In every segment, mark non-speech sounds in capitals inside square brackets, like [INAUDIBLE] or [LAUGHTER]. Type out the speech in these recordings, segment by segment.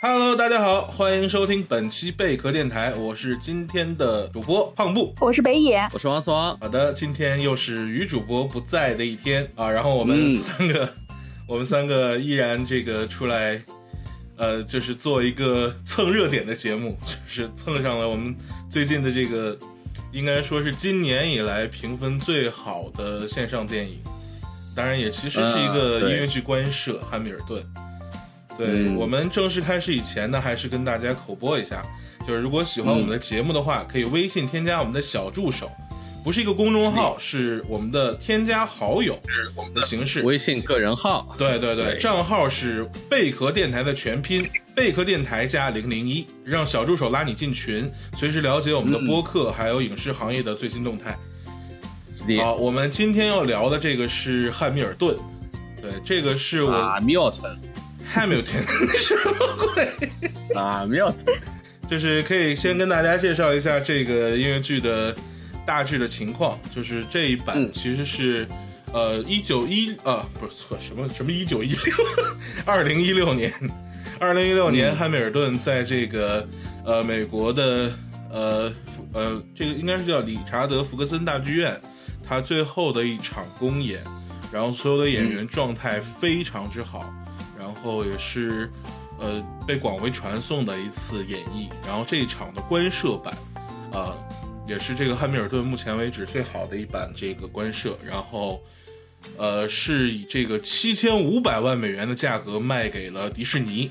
Hello，大家好，欢迎收听本期贝壳电台，我是今天的主播胖布。我是北野，我是王松，好的，今天又是于主播不在的一天啊，然后我们嗯三个， [LAUGHS] 我们三个依然这个出来，呃，就是做一个蹭热点的节目， [LAUGHS] 就是蹭上了我们最近的这个，应该说是今年以来评分最好的线上电影，当然也其实是一个啊对音乐剧观摄《汉密尔顿》。对、嗯我们正式开始以前呢，还是跟大家口播一下，就是如果喜欢我嗯们的节目的话，可以微信添加我们的小助手，不是一个公众号，是我们的添加好友，是我们的形式。微信个人号，对对对，对账号是贝壳电台的全拼，贝壳电台加零零一，让小助手拉你进群，随时了解我们的播客、还有影视行业的最新动态。好，我们今天要聊的这个是汉密尔顿，对，这个是我、啊 Milton Hamilton 什么鬼？啊 Milton，就是可以先跟大家介绍一下这个音乐剧的大致的情况，就是这一版嗯其实是、呃一九一啊不是错什么什么一九一六， [LAUGHS] 二零一六年，二零一六年、汉密尔顿在这个呃美国的呃呃这个应该是叫理查德福克森大剧院，他最后的一场公演，然后所有的演员状态非常之好，然后也是呃被广为传颂的一次演绎。然后这一场的官摄版，呃，也是这个汉密尔顿目前为止最好的一版这个官摄。然后，呃，是以这个七千五百万美元的价格卖给了迪士尼。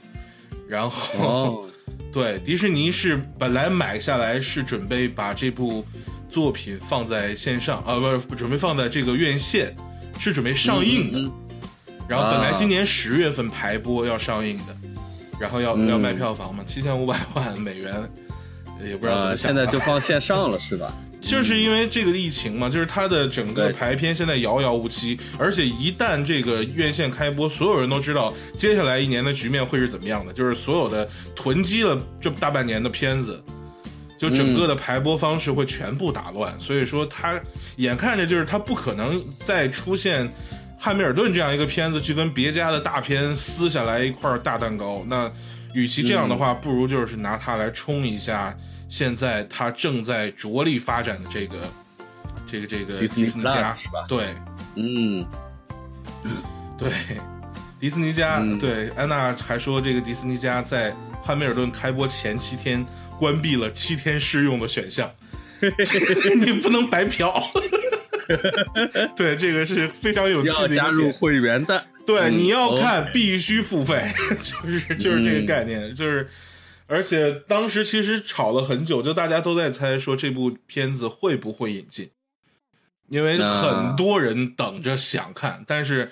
然后，哦，对，迪士尼是本来买下来是准备把这部作品放在线上啊，不是准备放在这个院线，是准备上映的。嗯然后本来啊今年十月份排播要上映的，然后要、嗯要卖票房嘛，七千五百万美元，也不知道怎么呃，想现的、在就放线上了是吧？ [LAUGHS] 就是因为这个疫情嘛，就是它的整个对排片现在遥遥无期，而且一旦这个院线开播，所有人都知道接下来一年的局面会是怎么样的，就是所有的囤积了这大半年的片子，就整个的排播方式会全部打乱，所以说它眼看着就是它不可能再出现。汉密尔顿这样一个片子去跟别家的大片撕下来一块儿大蛋糕，那与其这样的话，嗯不如就是拿它来冲一下现在它正在着力发展的这个这个这个迪 Disney 士尼家 Plus 是吧对嗯，对，迪士尼家、嗯对安娜还说，这个迪士尼家在汉密尔顿开播前七天关闭了七天试用的选 [LAUGHS] 项，你不能白嫖。 [LAUGHS] 对，这个是非常有趣要的一个加入点会员的，对，嗯你要看、哦嗯必须付费， [LAUGHS] 就是就是这个概念，就是。而且当时其实吵了很久，就大家都在猜说这部片子会不会引进，因为很多人等着想看，但是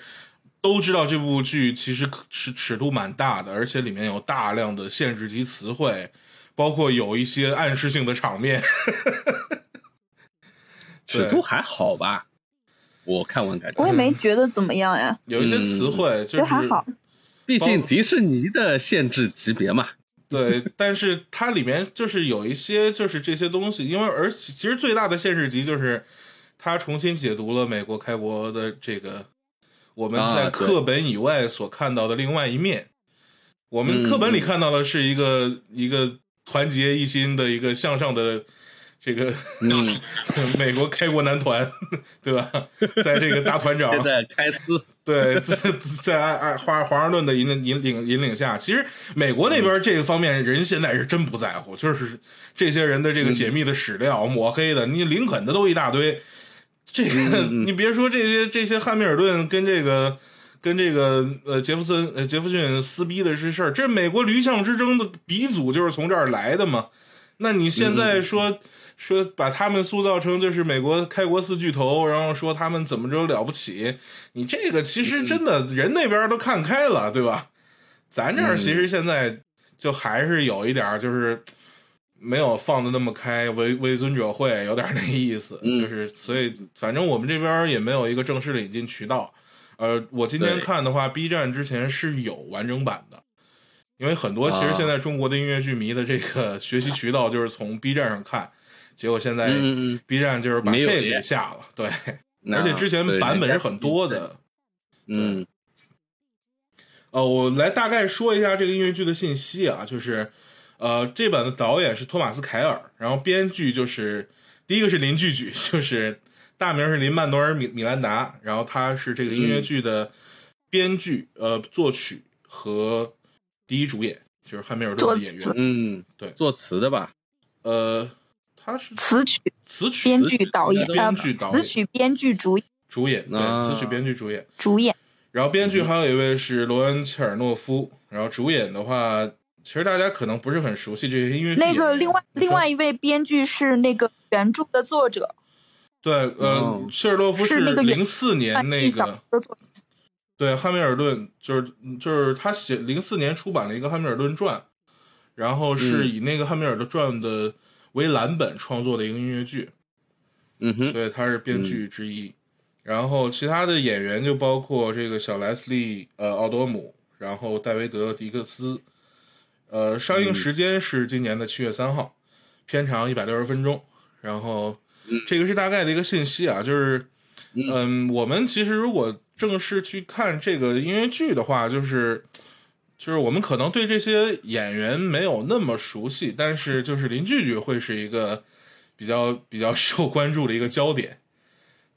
都知道这部剧其实是尺度蛮大的，而且里面有大量的限制级词汇，包括有一些暗示性的场面。尺度还好吧？我看完感觉我，也没嗯觉得怎么样呀，有一些嗯词汇就觉是得还好。毕竟迪士尼的限制级别嘛， [LAUGHS] 对，但是它里面就是有一些就是这些东西，因为而且其实最大的限制级就是它重新解读了美国开国的这个我们在啊对课本以外所看到的另外一面。我们嗯课本里看到的是一个、一个团结一心的一个向上的这个嗯， [LAUGHS] 美国开国男团， [LAUGHS] 对吧？在这个大团 [LAUGHS] 长现在开撕，对，在 [LAUGHS] 在爱爱华华盛顿的引领引领引领下，其实美国那边这个方面人现在是真不在乎，就是这些人的嗯这个解密的史料、抹黑的，你林肯的都一大堆。这个、嗯 [LAUGHS] 嗯你别说这些这些汉密尔顿跟这个跟这个呃杰弗森呃杰弗逊撕逼的这事儿，这美国驴象之争的鼻祖就是从这儿来的嘛。那你现在嗯说、说把他们塑造成就是美国开国四巨头，然后说他们怎么着了不起，你这个其实真的人那边都看开了，对吧？咱这儿其嗯实现在就还是有一点儿就是没有放的那么开，为为尊者会有点儿那意思，嗯就是所以反正我们这边儿也没有一个正式的引进渠道。呃，我今天对看的话，B 站之前是有完整版的，因为很多其实啊现在中国的音乐剧迷的这个学习渠道就是从 B 站上看，结果现在嗯嗯嗯 B 站就是把没这有个耶给下了，对，而那且之前对版本是很多的，嗯，呃，我来大概说一下这个音乐剧的信息啊，就是，呃，这版的导演是托马斯凯尔，然后编剧就是第一个是林聚举，就是大名是林曼努尔米米兰达，然后他是这个嗯音乐剧的编剧、呃作曲和第一主演，就是汉密尔顿的演作员，嗯，对作词的吧？呃，他是词曲词曲编剧导演，编剧导呃，演词曲编剧主主演，对，啊词曲编剧主演。主演，然后编剧还有一位是罗恩·切尔诺夫，然后主演的话，其实大家可能不是很熟悉这些音乐剧演那员。个另外你说另外一位编剧是那个原著的作者，对，呃哦，切尔诺夫是那个原零四年那一小个说作者对汉密尔顿，就是就是他写零四年出版了一个《汉密尔顿传》，然后是嗯以那个《汉密尔顿传》的为蓝本创作的一个音乐剧，嗯哼，所以他是编剧之一。然后其他的演员就包括这个小莱斯利呃奥多姆，然后戴维德迪克斯。呃，上嗯映时间是今年的七月三号，片长一百六十分钟。然后这个是大概的一个信息啊，就是嗯，我们其实如果正式去看这个音乐剧的话，就是。就是我们可能对这些演员没有那么熟悉，但是就是林聚聚会是一个比较比较受关注的一个焦点。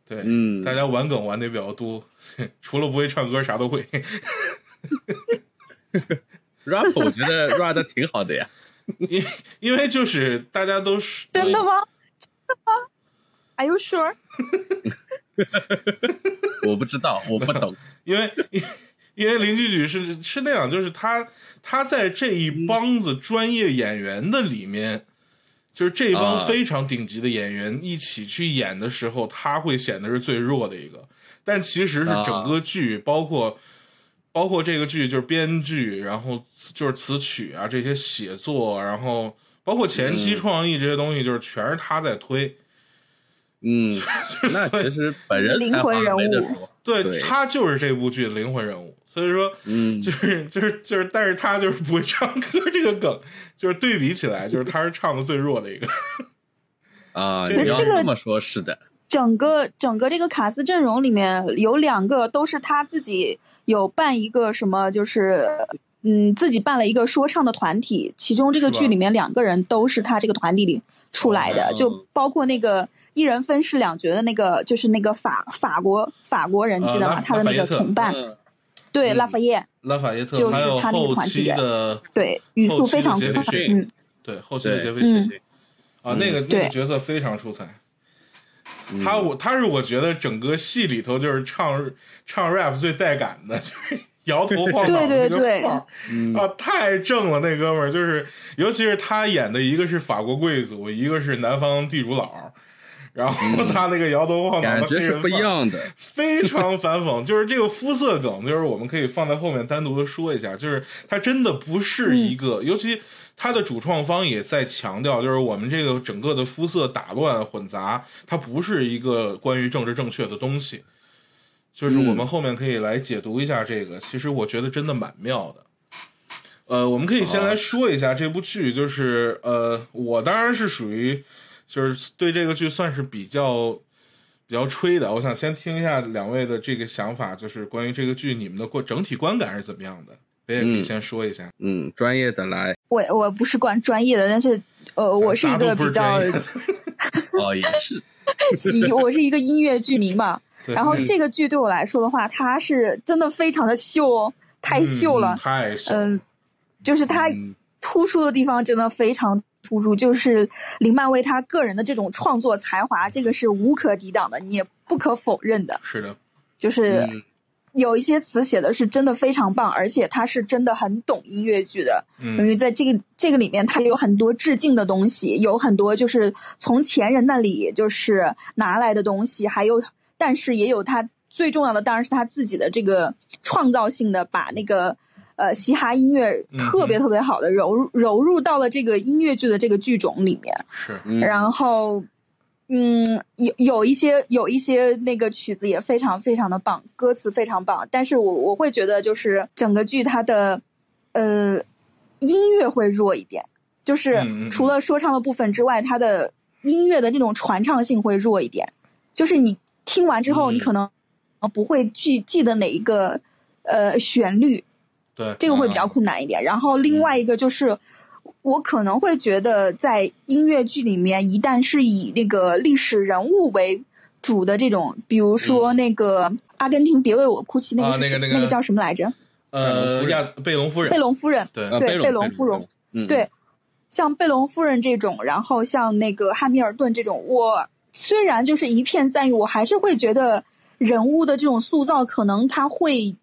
对，嗯大家玩梗玩的比较多，除了不会唱歌啥都会。 [LAUGHS] rap 我觉得 rap 的挺好的呀。因因为就是大家都是真的吗？真的吗？Are you sure？我不知道，我不懂。因为 [LAUGHS] 因因为林聚举是是那样，就是他他在这嗯一帮子专业演员的里面，就是这帮啊非常顶级的演员一起去演的时候，他会显得是最弱的一个，但其实是啊整个剧、包括。包括这个剧就是编剧，然后就是词曲啊这些写作，然后包括前期嗯创意这些东西，就是全是他在推。 [LAUGHS] 嗯，那其实本人才华没得说。对对他就是这部剧的灵魂人物，所以说，嗯就是就是就是，但是他就是不会唱歌这个梗，就是对比起来，就是他是唱的最弱的一个。啊，这个你要这个这么说，是的。整个整个这个卡斯阵容里面有两个都是他自己有办一个什么，就是嗯自己办了一个说唱的团体，其中这个是吧剧里面两个人都是他这个团体里出来的，哦嗯就包括那个一人分饰两角的那个，就是那个法法国法国人啊记得拉吗？他的那拉法个耶特同伴嗯对嗯拉法耶，拉法耶特、就是还有他那个后团期体人的对语后速期的非常杰斐快，逊嗯，对后期的对杰斐嗯逊、啊，那个那个对角色非常出彩。嗯他我他是我觉得整个戏里头就是唱唱 rap 最带感的， [LAUGHS] 就是摇头晃脑的那对对个对范儿嗯啊，太正了，那哥们儿就是，尤其是他演的一个是法国贵族，一个是南方地主佬，然后他那个摇头晃脑的嗯感觉是不一黑人范儿，样的。非常反讽。就是这个肤色梗，就是我们可以放在后面单独的说一下，就是他真的不是一个，尤其他的主创方也在强调，就是我们这个整个的肤色打乱混杂，它不是一个关于政治正确的东西。就是我们后面可以来解读一下这个，其实我觉得真的蛮妙的。呃，我们可以先来说一下这部剧，就是呃，我当然是属于就是对这个剧算是比较比较吹的。我想先听一下两位的这个想法，就是关于这个剧你们的过整体观感是怎么样的？北野可以嗯先说一下。嗯，专业的 [LAUGHS] 来，我我不是管专业的，但是呃咱我是仨一都个不比是较专 [LAUGHS] 业的哦，也是，喜，我是一个音乐剧迷嘛，对然后嗯这个剧对我来说的话，它是真的非常的秀哦，太秀嗯了。太秀了。嗯、就是它嗯突出的地方真的非常突出，就是林曼为他个人的这种创作才华，这个是无可抵挡的，你也不可否认的。是的，就是嗯有一些词写的是真的非常棒，而且他是真的很懂音乐剧的。因嗯为在这个这个里面，它有很多致敬的东西，有很多就是从前人那里就是拿来的东西，还有，但是也有他最重要的，当然是他自己的这个创造性的，把那个呃嘻哈音乐嗯哼特别特别好的揉入揉入到了这个音乐剧的这个剧种里面，是，嗯然后。嗯，有有一些有一些那个曲子也非常非常的棒，歌词非常棒，但是我我会觉得就是整个剧它的，呃，音乐会弱一点，就嗯嗯嗯是除了说唱的部分之外，它的音乐的那种传唱性会弱一点，就是你听完之后，嗯你可能不会记记得哪一个呃旋律，对，这个会比较困难一点。然后另外一个就是，我可能会觉得在音乐剧里面，一旦是以那个历史人物为主的这种，比如说那个阿根廷别为我哭泣那啊那个那个个那个叫什么来着？呃，亚贝隆夫人，贝隆夫人，对啊对贝贝隆隆夫夫人人嗯，对，像贝隆夫人这种，然后像那个汉密尔顿这种，我虽然就是一片赞誉，我还是会觉得人物的这种塑造可能他会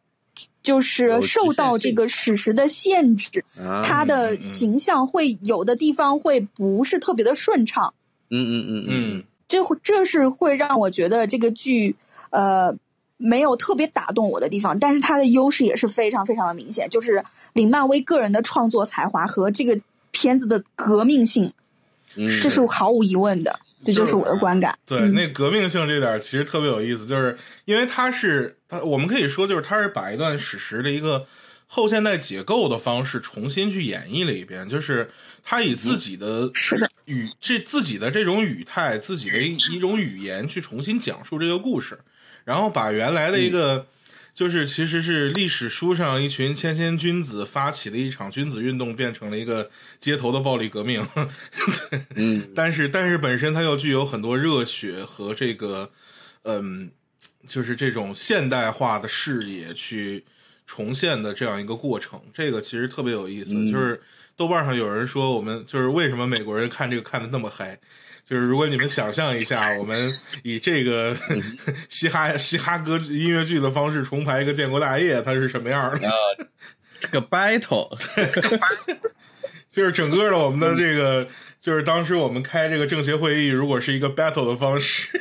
就有是局受限到这性个史实的限制，啊，他嗯嗯嗯的形象会有的地方会不是特别的顺畅，嗯嗯嗯嗯这会这是会让我觉得这个剧呃没有特别打动我的地方，但是它的优势也是非常非常的明显，就是林漫威个人的创作才华和这个片子的革命性，嗯，这是毫无疑问的，这就就是是我的观感。对，嗯那革命性这点儿其实特别有意思，就是因为它是它，我们可以说就是它是把一段史实的一个后现代解构的方式重新去演绎了一遍，就是他以自己的嗯是的语这自己的这种语态、自己的一一种语言去重新讲述这个故事，然后把原来的嗯一个。就是，其实是历史书上一群谦谦君子发起的一场君子运动，变成了一个街头的暴力革命。 [LAUGHS] 嗯但是但是本身它又具有很多热血和这个，嗯，就是这种现代化的视野去重现的这样一个过程，这个其实特别有意思。就是豆瓣上有人说，我们就是为什么美国人看这个看的那么嗨。就是如果你们想象一下，我们以这个 [LAUGHS] 嘻哈嘻哈歌音乐剧的方式重排一个建国大业，它是什么样的？这个 battle，就是整个的我们的这个，就是当时我们开这个政协会议，如果是一个 battle 的方式，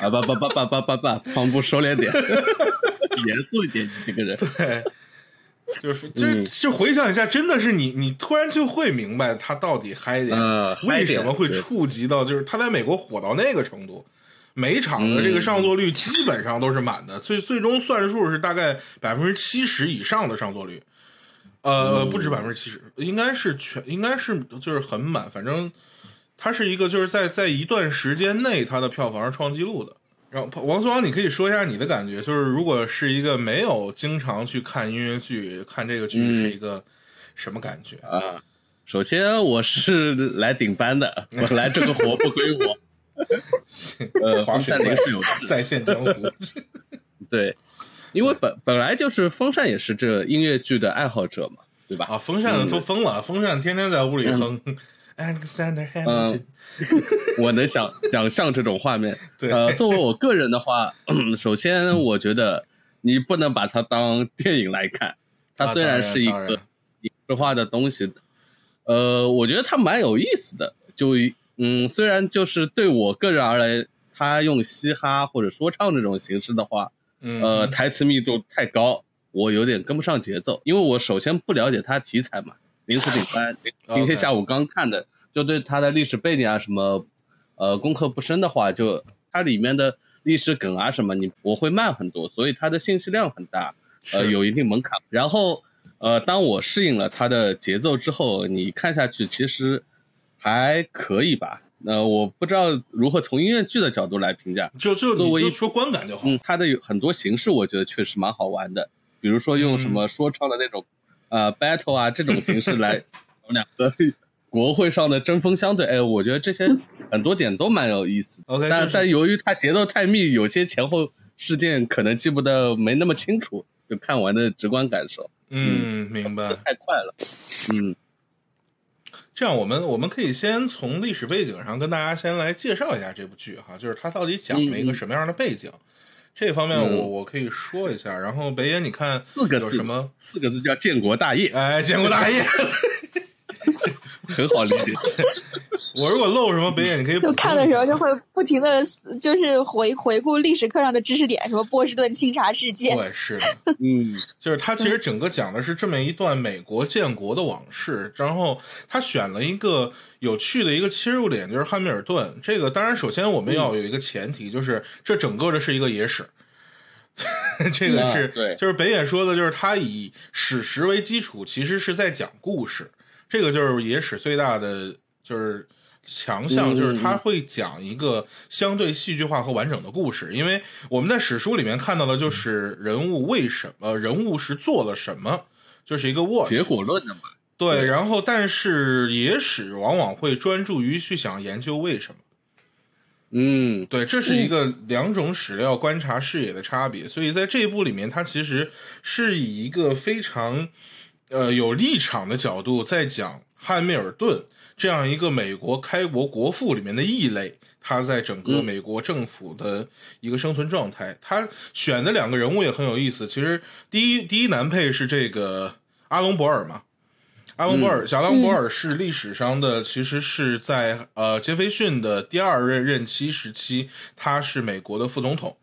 啊吧吧吧吧吧吧吧，胖不收敛点， [LAUGHS] 严肃一点，你这个人，对，就是这这回想一下，真的是你，你突然就会明白他到底嗨点，嗯嗨为点什么会对触及到，就是他在美国火到那个程度。每场的这个上座嗯率基本上都是满的，最最终算数是大概百分之七十以上的上座率，呃，不止百分之七十，应该是全，应该是就是很满，反正它是一个就是在在一段时间内它的票房是创纪录的。然后王苏阳，你可以说一下你的感觉，就是如果是一个没有经常去看音乐剧，看这个剧嗯是一个什么感觉？啊，首先我是来顶班的，我来这个活不归我。 [LAUGHS] 呃，滑风雪扇怪林 [LAUGHS] 是有事再现江湖，对，因为本本来就是风扇也是这音乐剧的爱好者嘛，对吧？啊，风扇嗯都疯了，风扇天天在屋里哼。Alexander 嗯 Hamilton，、啊我能想想象这种画面。对呃，作为我个人的话，嗯首先我觉得你不能把它当电影来看，它啊虽当然是一当个然影视化的东西，呃，我觉得它蛮有意思的。就嗯，虽然就是对我个人而言，它用嘻哈或者说唱这种形式的话，嗯，呃，台词密度太高，我有点跟不上节奏，因为我首先不了解它题材嘛。林子顶班， [LAUGHS] 今天下午刚看的，就对它的历史背景啊什么，呃，功课不深的话，就它里面的历史梗啊什么，你我会慢很多，所以它的信息量很大，呃，是有一定门槛。然后，呃，当我适应了它的节奏之后，你看下去其实还可以吧。呃，我不知道如何从音乐剧的角度来评价，就就作为你就一说观感就好。嗯，它的有很多形式，我觉得确实蛮好玩的，比如说嗯用什么说唱的那种，呃，battle 啊这种形式 [LAUGHS] 来，我们两个国会上的针锋相对，哎，我觉得这 [LAUGHS] 些很多点都蛮有意思的。 OK，但就是但由于它节奏太密，有些前后事件可能记不得没那么清楚，就看完的直观感受嗯，明白。太快了。嗯，这样，我们我们可以先从历史背景上跟大家先来介绍一下这部剧哈，就是它到底讲了一个什么样的背景，这方面嗯我我可以说一下。然后北野，你看四个有字什么？四个字叫建国大业，哎，建国大业。很好理解。 [LAUGHS] 我如果漏什么，北野你可以补就充看的时候一下就会不停的，就是回回顾历史课上的知识点，什么波士顿清查事件，对，是的，嗯就是它其实整个讲的是这么一段美国建国的往事，然后他选了一个有趣的一个切入点，就是汉密尔顿。这个当然，首先我们要有一个前提，就是这整个的是一个野史。 [LAUGHS] 这个嗯是、对就是北野说的，就是他以史实为基础，其实是在讲故事。这个就是野史最大的就是强项，嗯就是他会讲一个相对戏剧化和完整的故事。因为嗯我们在史书里面看到的就是人物为什么人物是做了什么就是一个 watch 结果论的嘛。对，然后但是野史往往会专注于去想研究为什么。嗯，对，这是一个两种史料观察视野的差别，所以在这一部里面，它其实是以一个非常呃有立场的角度在讲汉密尔顿这样一个美国开国国父里面的异类，他在整嗯个美国政府的一个生存状态。他选的两个人物也很有意思，其实第一第一男配是这个阿隆博尔嘛，阿隆嗯博尔，小阿隆博尔是历史上的，其实是在呃杰斐逊的第二任任期时期，他是美国的副总统。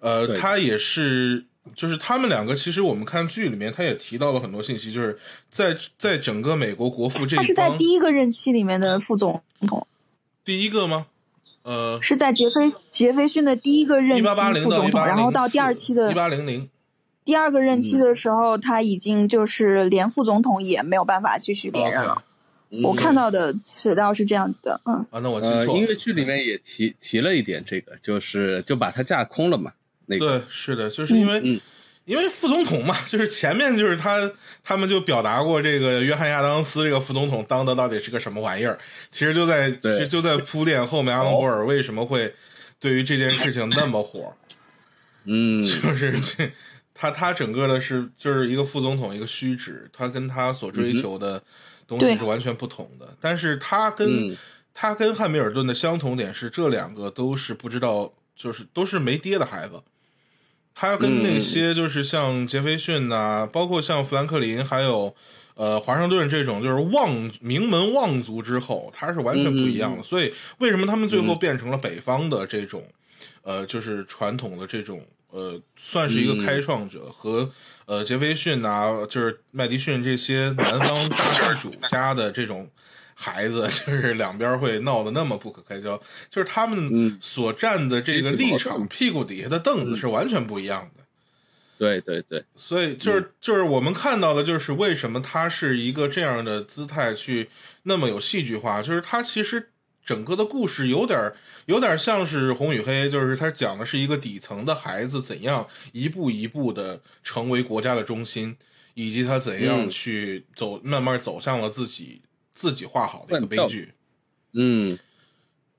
呃，对他也是，就是他们两个，其实我们看剧里面，他也提到了很多信息，就是在在整个美国国父这他是一在帮第一个任期里面的副总统，第一个吗？呃，是在杰菲杰菲逊的第一个任一期八八零副到总一统，八然后到第二期的一八零零，第二个任期的时候，他已经就是连副总统也没有办法继续连任 OK 了。嗯我看到的史料是这样子的，嗯，啊，那我记呃，错音了。乐剧里面也提提了一点这个，就是就把它架空了嘛。那个，对，是的，就是因为、嗯因为副总统嘛， [LAUGHS] 就是前面就是他他们就表达过这个约翰亚当斯这个副总统当的到底是个什么玩意儿，其实就在其对实就在铺垫后面阿隆博尔为什么会对于这件事情那么火，嗯，就是 [LAUGHS] 这他他整个的是就是一个副总统一个虚职，他跟他所嗯追求的东西对是完全不同的，但是他跟、嗯他跟汉密尔顿的相同点是，这两个都是不知道，就是都是没爹的孩子。他跟那些就是像杰斐逊呐、包括像富兰克林，还有呃华盛顿这种，就是望名门望族之后，他是完全不一样的。所以为什么他们最后变成了北方的这种，呃，就是传统的这种呃，算是一个开创者和呃杰斐逊呐、就是麦迪逊这些南方大地主家的这种孩子， [LAUGHS] 就是两边会闹得那么不可开交，就是他们嗯所站的这个彼此立矛场，盾屁股底下的凳子是完全不一样的。对对对，所以就是就是我们看到的，就是为什么他是一个这样的姿态去那么有戏剧化，就是他其实整个的故事有点儿有点儿像是《红与黑》，就是他讲的是一个底层的孩子怎样一步一步的成为国家的中心，以及他怎样嗯去走、慢慢走向了自己自己画好的一个奋悲斗剧。嗯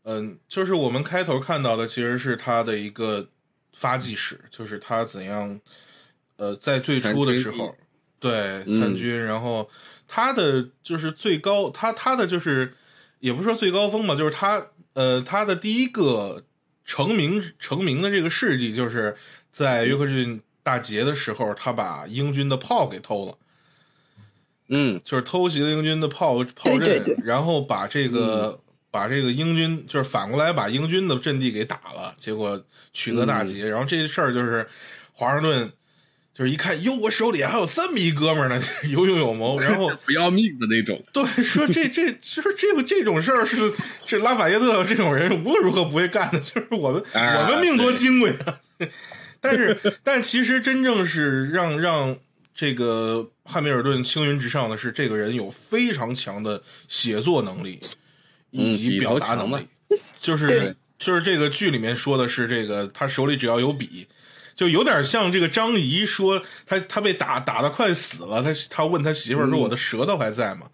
嗯，就是我们开头看到的，其实是他的一个发迹史，就是他怎样，呃，在最初的时候，对嗯参军，然后他的就是最高，他他的就是也不是说最高峰吧，就是他呃他的第一个成名成名的这个事迹，就是在约克郡大捷的时候，他把英军的炮给偷了。嗯就是偷袭了英军的炮炮阵，对对然后把这个、把这个英军就是反过来把英军的阵地给打了，结果取得大捷。然后这事儿就是华盛顿就是一看，哟，我手里还有这么一哥们儿呢， [LAUGHS] 有勇有谋。然后不要命的那种。对说这这说这个这种事儿是这拉法耶特这种人无论如何不会干的， [LAUGHS] 就是我们、啊我们命多对金贵啊。 [LAUGHS] 但是，但其实真正是让让这个汉密尔顿青云直上的是，这个人有非常强的写作能力以及嗯笔表头达强能嘛力。就是对就是这个剧里面说的是这个，他手里只要有笔，就有点像这个张仪说他他被打打的快死了，他他问他媳妇嗯儿说我的舌头还在吗？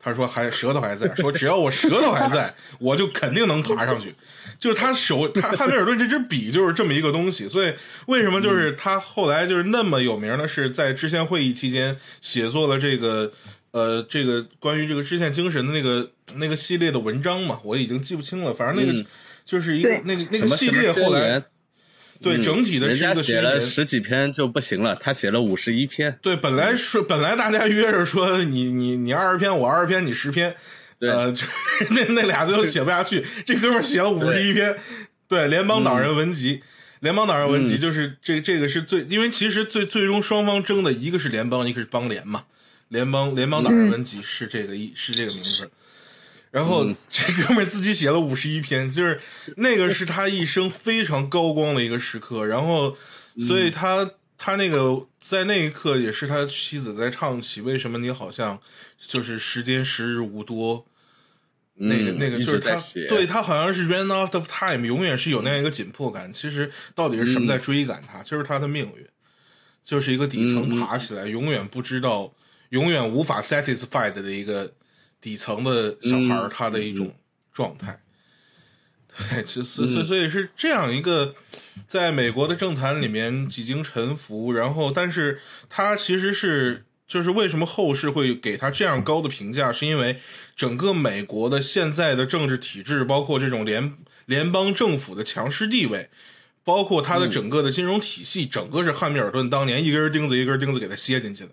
他说还舌头还在，说只要我舌头还 [LAUGHS] 在，我就肯定能爬上去。就是他手，他汉密尔顿这支笔就是这么一个东西，所以为什么就是他后来就是那么有名的是在知县会议期间写作了这个呃这个关于这个知县精神的那个那个系列的文章嘛，我已经记不清了，反正那个、嗯就是一个对那个那什个么系列后来、，对嗯整体什么的人是一家个写宣言了十几篇就不行了，他写了五十一篇。对，本来说本来大家约着说你你你二十篇，我二十篇，你十篇，对呃，就是 [LAUGHS] 那那俩最后写不下去，这哥们儿写了五十一篇，对，联邦党人文集，联邦党人文集就是、这这个是最，因为其实最最终双方争的一个是联邦，一个是邦联嘛，联邦联邦党人文集是这个一、是这个名字。然后这哥们儿自己写了五十一篇，就是那个是他一生非常高光的一个时刻。然后，所以他、他那个在那一刻也是他妻子在唱起为什么你好像就是时间时日无多，嗯那个那个一就直是在他写对他好像是 run out of time，永远是有那样一个紧迫感。其实到底是嗯嗯什么在追赶他？就是他的命运，就是一个底层爬起来，永远不知道永远无法 satisfied 的一个底层的小孩儿嗯嗯他的一种状态。对，其实所所以是这样一个，在美国的政坛里面几经沉浮，然后但是他其实是就是为什么后世会给他这样高的评价，是因为整个美国的现在的政治体制，包括这种联联邦政府的强势地位，包括他嗯的整个的金融体系，整个是汉密尔顿当年一根钉子一根钉子给他歇进去的。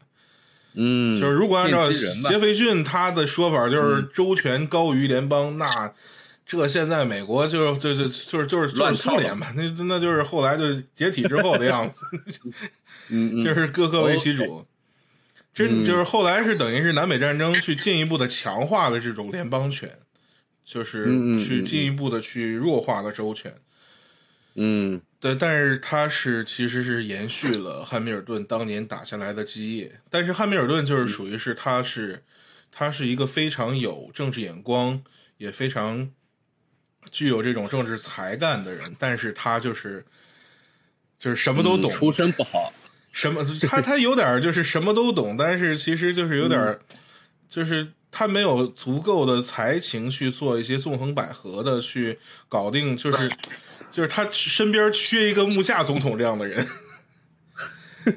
嗯，就是如果按照奠基人吧嗯杰斐逊他的说法，就是周全高于联邦，那这现在美国就就就就是就是就是乱苏套了联嘛，那那就是后来就解体之后的样子，嗯，嗯就是各个为其主。这嗯就是后来是等于是南北战争去进一步的强化了这种联邦权，就是嗯嗯去嗯进一步的去弱化了州权。嗯对，但是他是其实是延续了汉密尔顿当年打下来的基业，但是汉密尔顿嗯就是属于是他是、他是一个非常有政治眼光，也非常具有这种政治才干的人，但是他就是就是什么都懂，嗯出身不好，什么他他有点儿就是什么都懂，但是其实就是有点儿，就是他没有足够的才情去做一些纵横捭阖的去搞定，就是就是他身边缺一个木下总统这样的人，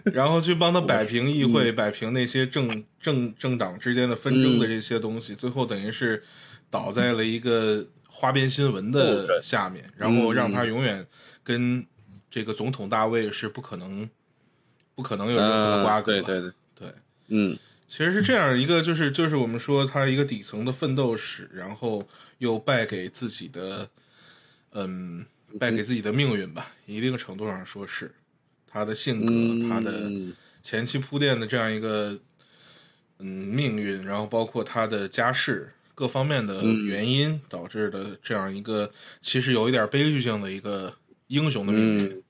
然后去帮他摆平议会、摆平那些政政政党之间的纷争的这些东西，最后等于是倒在了一个花边新闻斗的争下面，然后让他永远跟这个总统大卫是不可能。不可能有任何的瓜嗯，葛了、对对对，对嗯其实是这样一个，就是就是我们说他一个底层的奋斗史，然后又败给自己的，嗯，败给自己的命运吧，一定程度上说是他的性格，嗯，他的前期铺垫的这样一个嗯命运，然后包括他的家世各方面的嗯原因导致的这样一个其实有一点悲剧性的一个英雄的命运，嗯，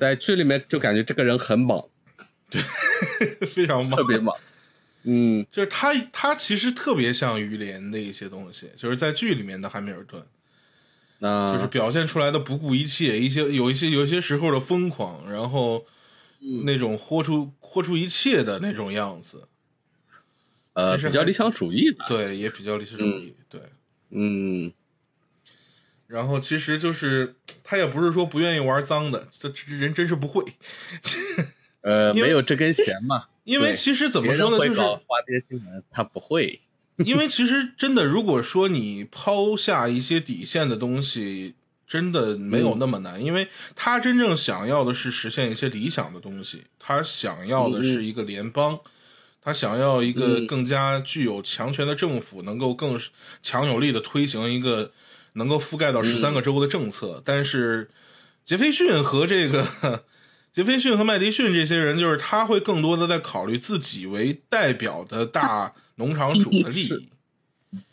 在剧里面就感觉这个人很莽， [LAUGHS] 非常棒嗯特别莽，嗯就是他他其实特别像于连的一些东西，就是在剧里面的汉密尔顿，啊，就是表现出来的不顾一切，一些有一些有一些时候的疯狂，然后嗯那种豁出豁出一切的那种样子，呃其实比较还理想主义吧，对，也比较理想主义，对。嗯然后其实就是他也不是说不愿意玩脏的，这这人真是不会，呃因为没有这根弦嘛，因为对其实 [LAUGHS] 怎么别人说呢，会就是搞花边新闻，他不会，因为其实真的，如果说你抛下一些底线的东西，真的没有那么难，因为他真正想要的是实现一些理想的东西，他想要的是一个联邦。他想要一个嗯更加具有强权的政府，能够更强有力的推行一个能够覆盖到十三个州的政策。但是杰斐逊和这个杰斐逊和麦迪逊这些人，就是他会更多的在考虑自己为代表的大农场主的利益，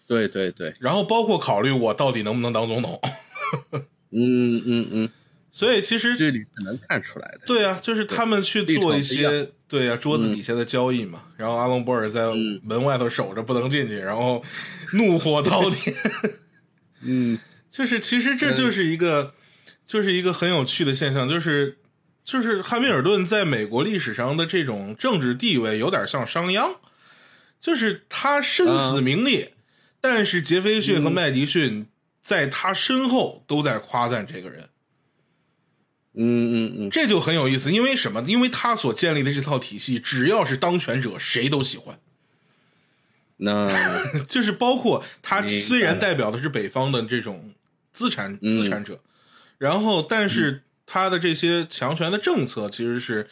对对对，然后包括考虑我到底能不能当总统。嗯嗯嗯，所以其实剧里是能看出来的，对啊，就是他们去做一立场不些对啊桌子底下的交易嘛。然后阿隆博尔在嗯门外头守着不能进去，然后怒火滔 [LAUGHS] 天。嗯就是其实这就是一个，就是一个很有趣的现象，就是就是汉密尔顿在美国历史上的这种政治地位有点像商鞅，就是他身啊死名裂，但是杰斐逊嗯和麦迪逊在他身后都在夸赞这个人，嗯嗯嗯，这就很有意思。因为什么？因为他所建立的这套体系，只要是当权者，谁都喜欢。 [LAUGHS] 那就是包括他明白虽然代表的是北方的这种资产嗯资产者，然后但是他的这些强权的政策其实是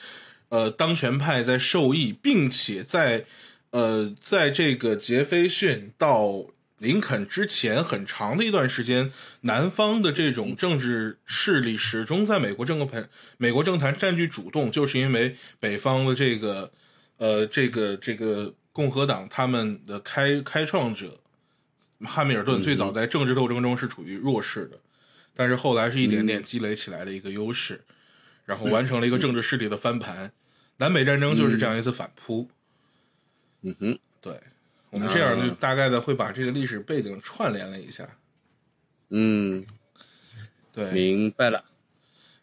呃当权派在受益，并且在呃在这个杰斐逊到林肯之前很长的一段时间，南方的这种政治势力始终在美国政坛美国政坛占据主动，就是因为北方的这个呃，这个这个共和党他们的开开创者汉密尔嗯顿最早在政治斗争中是处于弱势的，但是后来是一点嗯点积累起来的一个优势，然后完成了一个政治势力的翻盘。南北战争就是这样一次反扑。嗯哼，对我们这样就啊大概的会把这个历史背景串联了一下。嗯，对，明白了。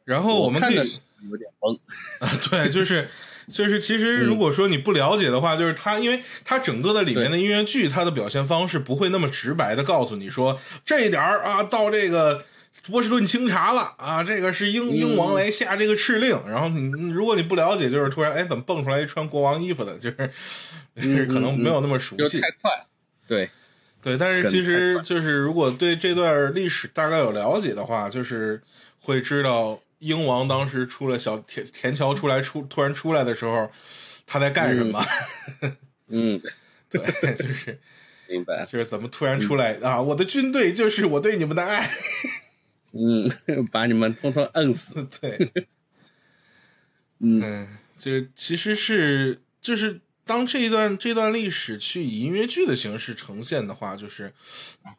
然后 [LAUGHS] 我们可看的以是有点懵。 [LAUGHS] 对，就是就是，其实如果说你不了解的话，就是它，因为它整个的里面的音乐剧，它的表现方式不会那么直白的告诉你说这一点儿啊，到这个波士顿清查了啊，这个是英嗯英王来下这个敕令，然后你如果你不了解，就是突然哎，怎么蹦出来一穿国王衣服的，就是、就是 [LAUGHS] 可能没有那么熟嗯就悉，太快。对，对，但是梗其太实短就是如果对这段历史大概有了解的话，就是会知道英王当时出了小田田桥出来出突然出来的时候，他在干什么？嗯， [LAUGHS] 对，就是明白。就是怎么突然出来、啊？我的军队就是我对你们的爱。嗯， [LAUGHS] 把你们通通摁死。 [LAUGHS] 对，嗯嗯，就是其实是就是当这一段这段历史去以音乐剧的形式呈现的话，就是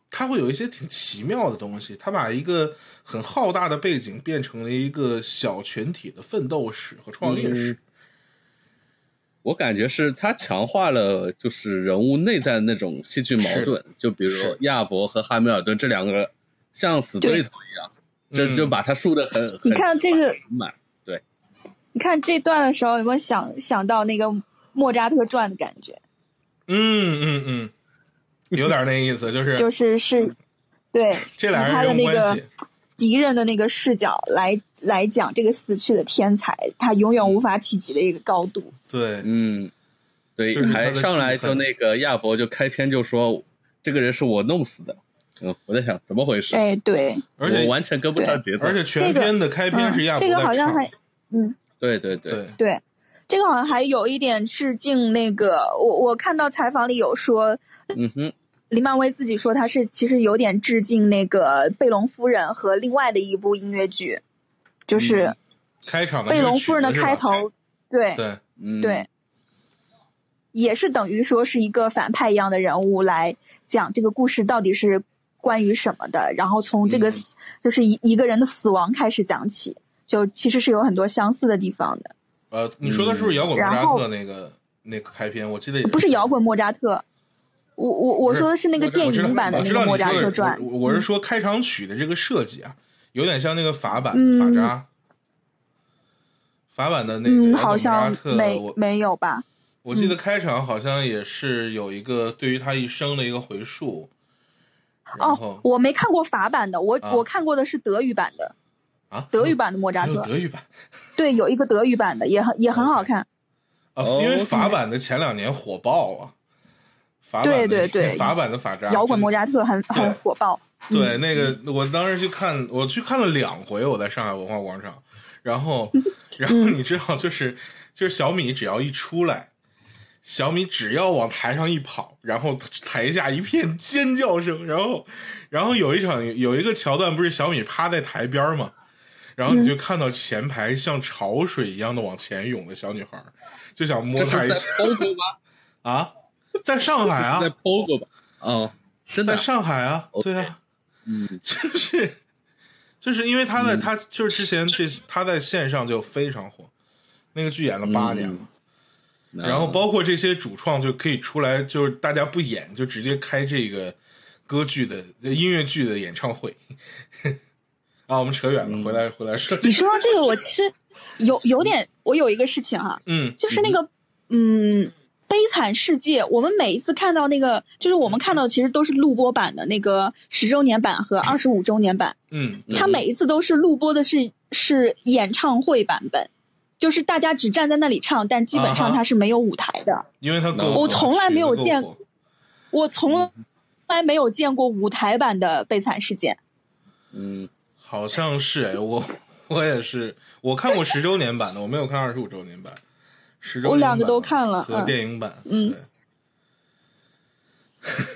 它会有一些挺奇妙的东西。它把一个很浩大的背景变成了一个小群体的奋斗史和创业史。我感觉是他强化了就是人物内在的那种戏剧矛盾，就比如是亚伯和汉密尔顿这两个像死对头一样，这嗯就把他树的很你很看这个，满。你看这段的时候有没有想想到那个莫扎特传的感觉？嗯嗯嗯，有点那意思，就是就是是，对，这俩以人他的人物那关个系。敌人的那个视角来来讲这个死去的天才，他永远无法企及的一个高度。对，嗯，对这是，他的还上来气氛就那个亚伯就开篇就说这个人是我弄死的。嗯，我在想怎么回事，哎，对，而且我完全跟不上节奏而。且全这个篇的开篇是亚嗯，伯这个在好像唱还，嗯，对对对，对，对，这个好像还有一点致敬那个，我我看到采访里有说，嗯哼，林漫威自己说他是其实有点致敬那个贝隆夫人和另外的一部音乐剧，就是开场的贝这个隆曲夫人的子是吧开头，对对，嗯，对，也是等于说是一个反派一样的人物来讲这个故事到底是关于什么的，然后从这个嗯死、就是一一个人的死亡开始讲起，就其实是有很多相似的地方的，呃，你说的是不是摇滚莫嗯然扎后特那个那个开篇？我记得也不是摇滚莫扎特。我我我不是说的是那个我知道电我知道影版的我那知个道《你莫扎说的特是传》嗯我我是说开场曲的这个设计啊，有点像那个法版、嗯法扎，法版的那个摇滚嗯，莫好扎像特，没嗯我没有吧？我记得开场好像也是有一个对于他一生的一个回溯，然哦后，我没看过法版的，我、啊我看过的是德语版的，啊，德语版的莫扎还有特，德语版对，有一个德语版的也很也很好看，啊，哦因为法版的前两年火爆啊，法版的对对对法版的法扎摇滚真的莫扎特很很对火爆。对，那个我当时去看，我去看了两回，我在上海文化广场，然后，然后你知道，就是就是小米只要一出来，小米只要往台上一跑，然后台下一片尖叫声，然后，然后有一场有一个桥段，不是小米趴在台边儿吗？然后你就看到前排像潮水一样的往前涌的小女孩儿，就想摸这她是一在下 POGO 吗？啊，在上海这 [LAUGHS] 是啊在，POGO 吧？哦，真的在啊，上海啊，对啊。嗯就是 [LAUGHS] 就是因为他嗯在、他就是之前这他在线上就非常火，那个剧演了八年了，嗯然嗯后包括这些主创就可以出来，就是大家不演就直接开这个歌剧的呃音乐剧的演唱会。 [LAUGHS] 啊，我们扯远了，回来回来说，你说到嗯这个，我其实有有点，我有一个事情哈、嗯就是那个嗯，悲惨世界》，我们每一次看到那个，就是我们看到其实都是录播版的那个十周年版和二十五周年版，嗯，嗯它每一次都是录播的是是演唱会版本。就是大家只站在那里唱，但基本啊上哈它是没有舞台的。因为他够我火从来没有曲子够见火我从来没有见过舞台版的《悲惨世界》。嗯好像是哎，我我也是，我看过十周年版的，我没有看二十五周年版。十周我年两个版都看了和嗯电影版，嗯对，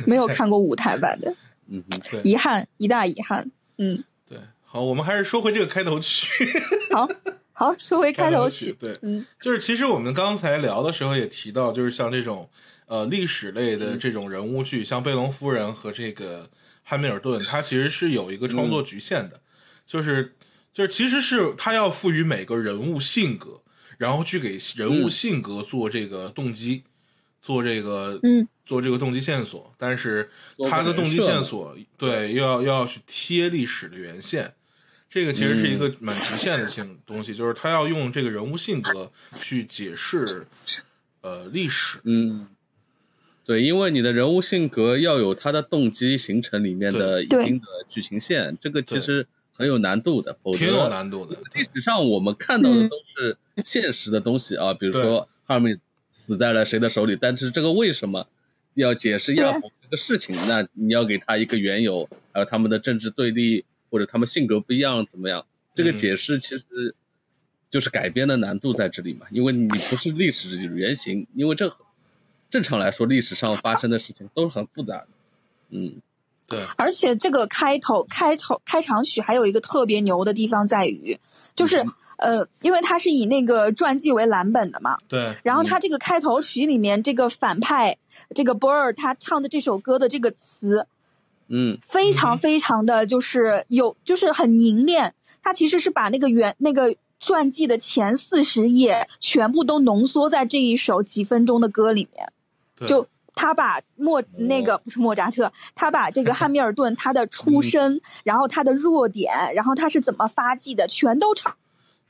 没有看过舞台版的，嗯哼，对遗憾，一大遗憾。嗯，对，好，我们还是说回这个开头曲。好，好，说回开头曲，对，嗯，就是其实我们刚才聊的时候也提到，就是像这种呃历史类的这种人物剧，像《贝隆夫人》和这个汉密尔顿，它其实是有一个创作局限的，就是就是其实是它要赋予每个人物性格，然后去给人物嗯性格做这个动机，做这个嗯做这个动机线索，但是做它的人动机设线嘛索对又要又要去贴历史的原线。这个其实是一个蛮局限的性东西，就是他要用这个人物性格去解释呃历史。嗯，对，因为你的人物性格要有他的动机形成里面的一定的剧情线，这个其实很有难度的，否则挺有难度的。历史上我们看到嗯的都是现实的东西啊，比如说哈尔米死在了谁的手里，但是这个为什么要解释亚伯这个事情？那你要给他一个缘由，还有他们的政治对立或者他们性格不一样怎么样？这个解释其实就是改编的难度在这里嘛，因为你不是历史原型，因为这正常来说历史上发生的事情都是很复杂的，嗯。对，而且这个开头、开头、开场曲还有一个特别牛的地方在于，就是呃，因为它是以那个传记为蓝本的嘛，对，然后它这个开头曲里面这个反派这个博尔他唱的这首歌的这个词，嗯，非常非常的就是有就是很凝练，他其实是把那个原那个传记的前四十页全部都浓缩在这一首几分钟的歌里面，对就。他把莫那个不是莫扎特，他把这个汉密尔顿他的出身，然后他的弱点，然后他是怎么发迹的，全都唱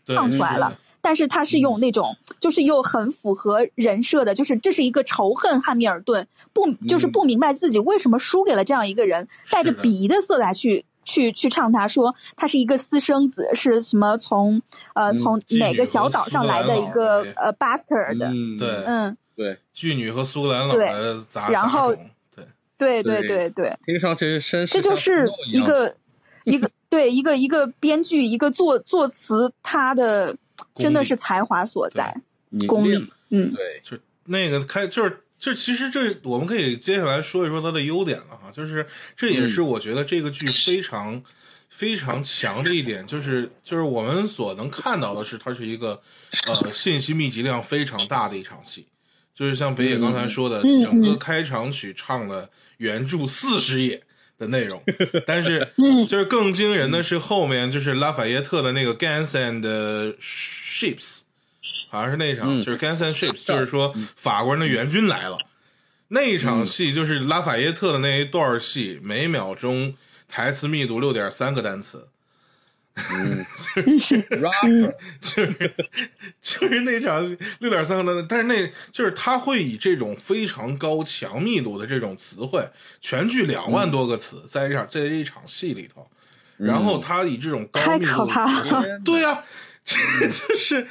对唱是出来的了。但是他是嗯用那种，就是又很符合人设的，就是这是一个仇恨汉密尔顿，不就是不明白自己为什么输给了这样一个人，带嗯着是的鄙夷的色彩去去去唱他，说他是一个私生子，是什么从呃嗯从妓哪女个和小岛苏上格来兰的佬一个对呃 bastard，嗯对嗯，对，妓女和苏格兰佬对的杂然后杂种对，对对对对对。听上去绅士这就像是诺一样个一个对一个一个编剧一个作作词，他的功真的力是才华所在，凝功练力。嗯，对，就那个开就是。就其实这我们可以接下来说一说它的优点了哈，就是这也嗯是我觉得这个剧非常、非常强的一点，就是就是我们所能看到的是它是一个呃信息密集量非常大的一场戏，就是像北野刚才说的，嗯整个嗯开场曲唱了原著四十页的内容，但是嗯 [LAUGHS] 就是更惊人的是后面就是拉法耶特的那个 Guns and Ships，好像是那场，嗯就是 Guns and Ships，就是说法国人的援军来了。那一场戏就是拉法耶特的那一段戏，每秒钟台词密度六点三个单词， [LAUGHS] rapper，就是就是那场六点三个单词，但是那就是他会以这种非常高强密度的这种词汇，全剧两万多个词，在这场在这一场戏里头，然后他以这种高密太可度的怕词了汇，对呀、这 [LAUGHS] 就是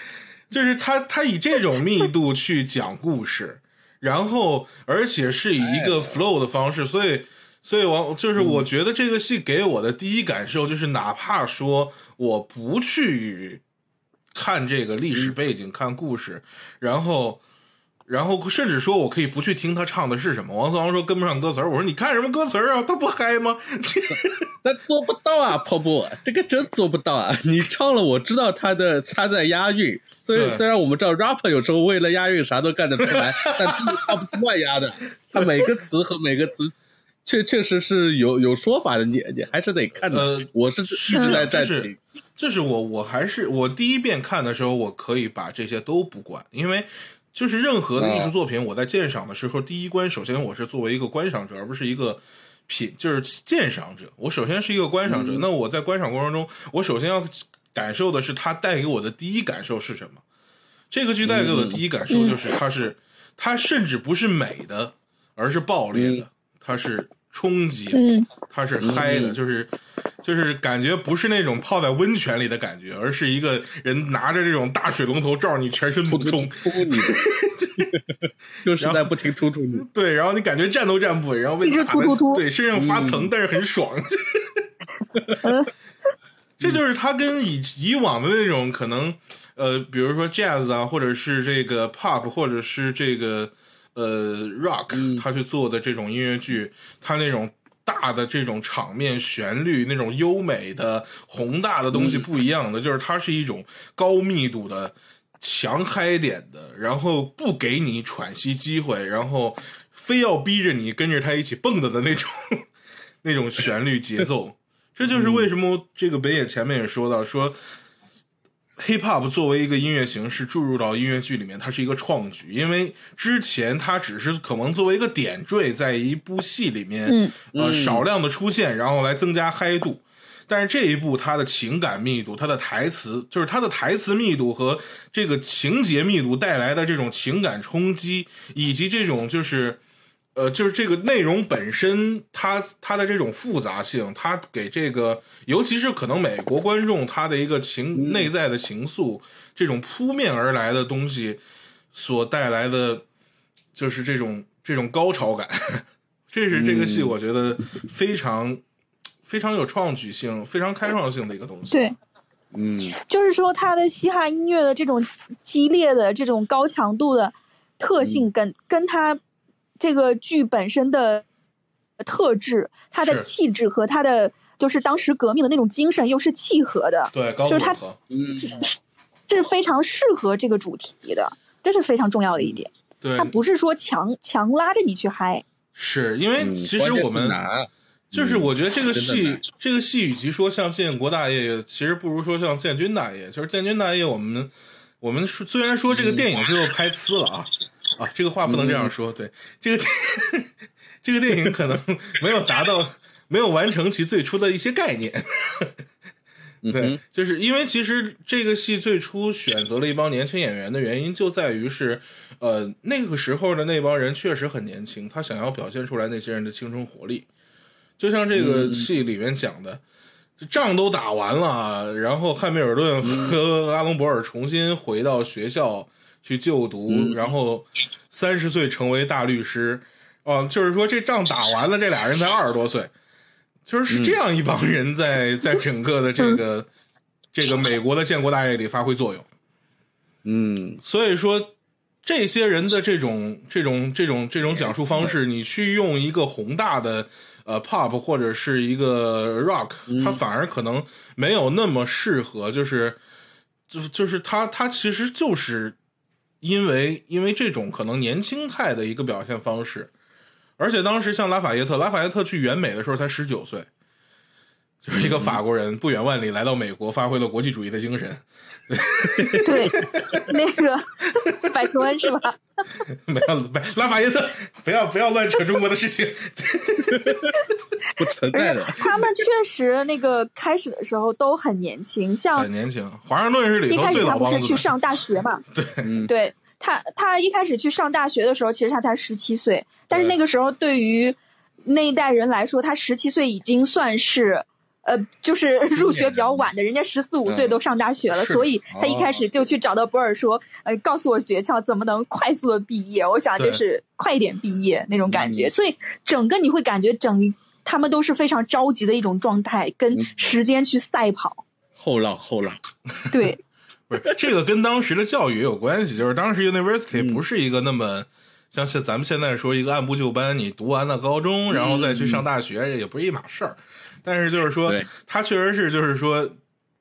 就是他他以这种密度去讲故事，然后而且是以一个 flow 的方式，所以所以王就是我觉得这个戏给我的第一感受就是，哪怕说我不去看这个历史背景、看故事，然后。然后甚至说，我可以不去听他唱的是什么。王思王说跟不上歌词儿，我说你看什么歌词儿啊？他不嗨吗？这那做不到啊，泡泡，这个真做不到啊！ [LAUGHS] 你唱了，我知道他的他在押韵，虽然对虽然我们知道 rapper 有时候为了押韵啥都干得出 [LAUGHS] 来，但他们他不是乱押的，他每个词和每个词。确确实是有有说法的，你你还是得看的。呃我是是一直这在样在就是听这是我我还是我第一遍看的时候，我可以把这些都不管，因为就是任何的艺术作品，我在鉴赏的时候，第一关首先我是作为一个观赏者，而不是一个品，就是鉴赏者。我首先是一个观赏者，那我在观赏过程中，我首先要感受的是它带给我的第一感受是什么。这个剧带给我的第一感受就是，它是它甚至不是美的，而是爆裂的，它是冲击的。嗯它是嗨的，嗯就是就是感觉不是那种泡在温泉里的感觉，而是一个人拿着这种大水龙头照着你全身猛冲，突突你， [LAUGHS] [LAUGHS] 就是在不停突突你。对，然后你感觉站都站不稳，然后被一直打突的突突对，身上发疼，但是很爽。 [LAUGHS] 这就是它跟以以往的那种可能，呃，比如说 jazz 啊，或者是这个 pop，或者是这个呃 rock，他去做的这种音乐剧，它那种。大的这种场面、旋律，那种优美的、宏大的东西不一样的，就是它是一种高密度的、强嗨点的，然后不给你喘息机会，然后非要逼着你跟着他一起蹦跶的那种那种旋律节奏。这就是为什么这个北野前面也说到说。hip hop 作为一个音乐形式注入到音乐剧里面，它是一个创举，因为之前它只是可能作为一个点缀，在一部戏里面，嗯呃，嗯少量的出现，然后来增加嗨度。但是这一部它的情感密度、它的台词，就是它的台词密度和这个情节密度带来的这种情感冲击，以及这种就是。呃，就是这个内容本身，它它的这种复杂性，它给这个，尤其是可能美国观众他的一个嗯情内在的情愫，这种扑面而来的东西所带来的，就是这种这种高潮感， [LAUGHS] 这是这个戏嗯我觉得非常、非常有创举性、非常开创性的一个东西。对，嗯，就是说它的嘻哈音乐的这种激烈的、这种高强度的特性跟，跟它这个剧本身的特质、它的是气质和它的就是当时革命的那种精神又是契合的，对，高就度是它合。嗯，这是非常适合这个主题的，这是非常重要的一点。对它，不是说强强拉着你去嗨，是因为嗯其关实键我是啊们、难，就是我觉得这个真的戏难，这个戏与其说像建国大业，其实不如说像建军大业。就是建军大业，我们我们说虽然说这个嗯电影最后拍呲了啊、啊，这个话不能这样说，对这个 [LAUGHS] 这个电影可能没有达到，没有完成其最初的一些概念。嗯对哼，，就是因为其实这个戏最初选择了一帮年轻演员的原因，就在于是，呃，那个时候的那帮人确实很年轻，他想要表现出来那些人的青春活力，就像这嗯个戏里面讲的，仗都打完了，啊然后汉密尔顿嗯和阿隆博尔重新回到学校去就读，嗯然后三十岁成为大律师，啊、就是说这仗打完了，这俩人才二十多岁，就是是这样一帮人在、在整个的这个这个美国的建国大业里发挥作用。嗯所以说，这些人的这种这种这种这种讲述方式，你去用一个宏大的呃 pop 或者是一个 rock，、它反而可能没有那么适合，就是就是就是它它其实就是因为因为这种可能年轻态的一个表现方式。而且当时像拉法耶特，拉法耶特去援美的时候才十九岁，就是一个法国人不远万里来到美国，发挥了国际主义的精神。对，那个百琼恩是吧？ [LAUGHS] 没有，不拉法耶特，不要不要乱扯中国的事情。不存在哎的，他们确实那个开始的时候都很年轻，像很年轻，华盛顿是里哦一头开最始他老不帮是子去的。上大 [LAUGHS] 学嘛？嗯对他，他一开始去上大学的时候，其实他才十七岁，但是对那个时候对于那一代人来说，他十七岁已经算是。呃，就是入学比较晚的，人家十四五岁都上大学了，是所以他一哦开始就去找到博尔说，呃，告诉我诀窍，怎么能快速的毕业？我想对就是快一点毕业那种感觉。嗯所以整个你会感觉整他们都是非常着急的一种状态，跟嗯时间去赛跑。后浪后浪，对，不是这个跟当时的教育也有关系，就是当时 university 嗯不是一个那么、像现咱们现在说一个按部就班，你读完了高中，然后再去嗯上大学，也不是一码事儿。但是就是说对，他确实是就是说，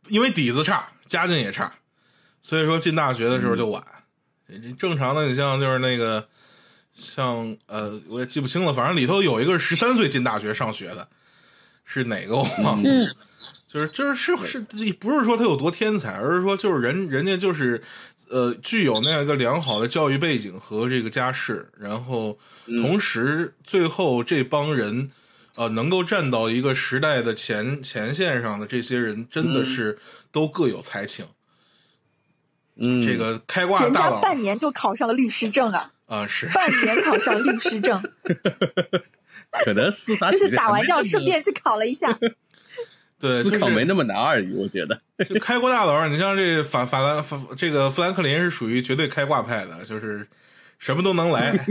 因为底子差，家境也差，所以说进大学的时候就晚。嗯你正常的，你像就是那个，像呃，我也记不清了，反正里头有一个十三岁进大学上学的，是哪个我忘了。嗯， [LAUGHS] 就是就是是是，不是说他有多天才，而是说就是人人家就是，呃，具有那样一个良好的教育背景和这个家世，然后嗯同时最后这帮人，呃，能够站到一个时代的前前线上的这些人，真的是都各有才情。嗯，这个开挂人大家佬半年就考上了律师证啊。啊、是半年考上律师证，可能司法就是体制打还完没仗那顺么便去考了一下。对，就思考没是那么难而已，我觉得。就开国大佬，你像这法法兰法这个富兰克林是属于绝对开挂派的，就是什么都能来。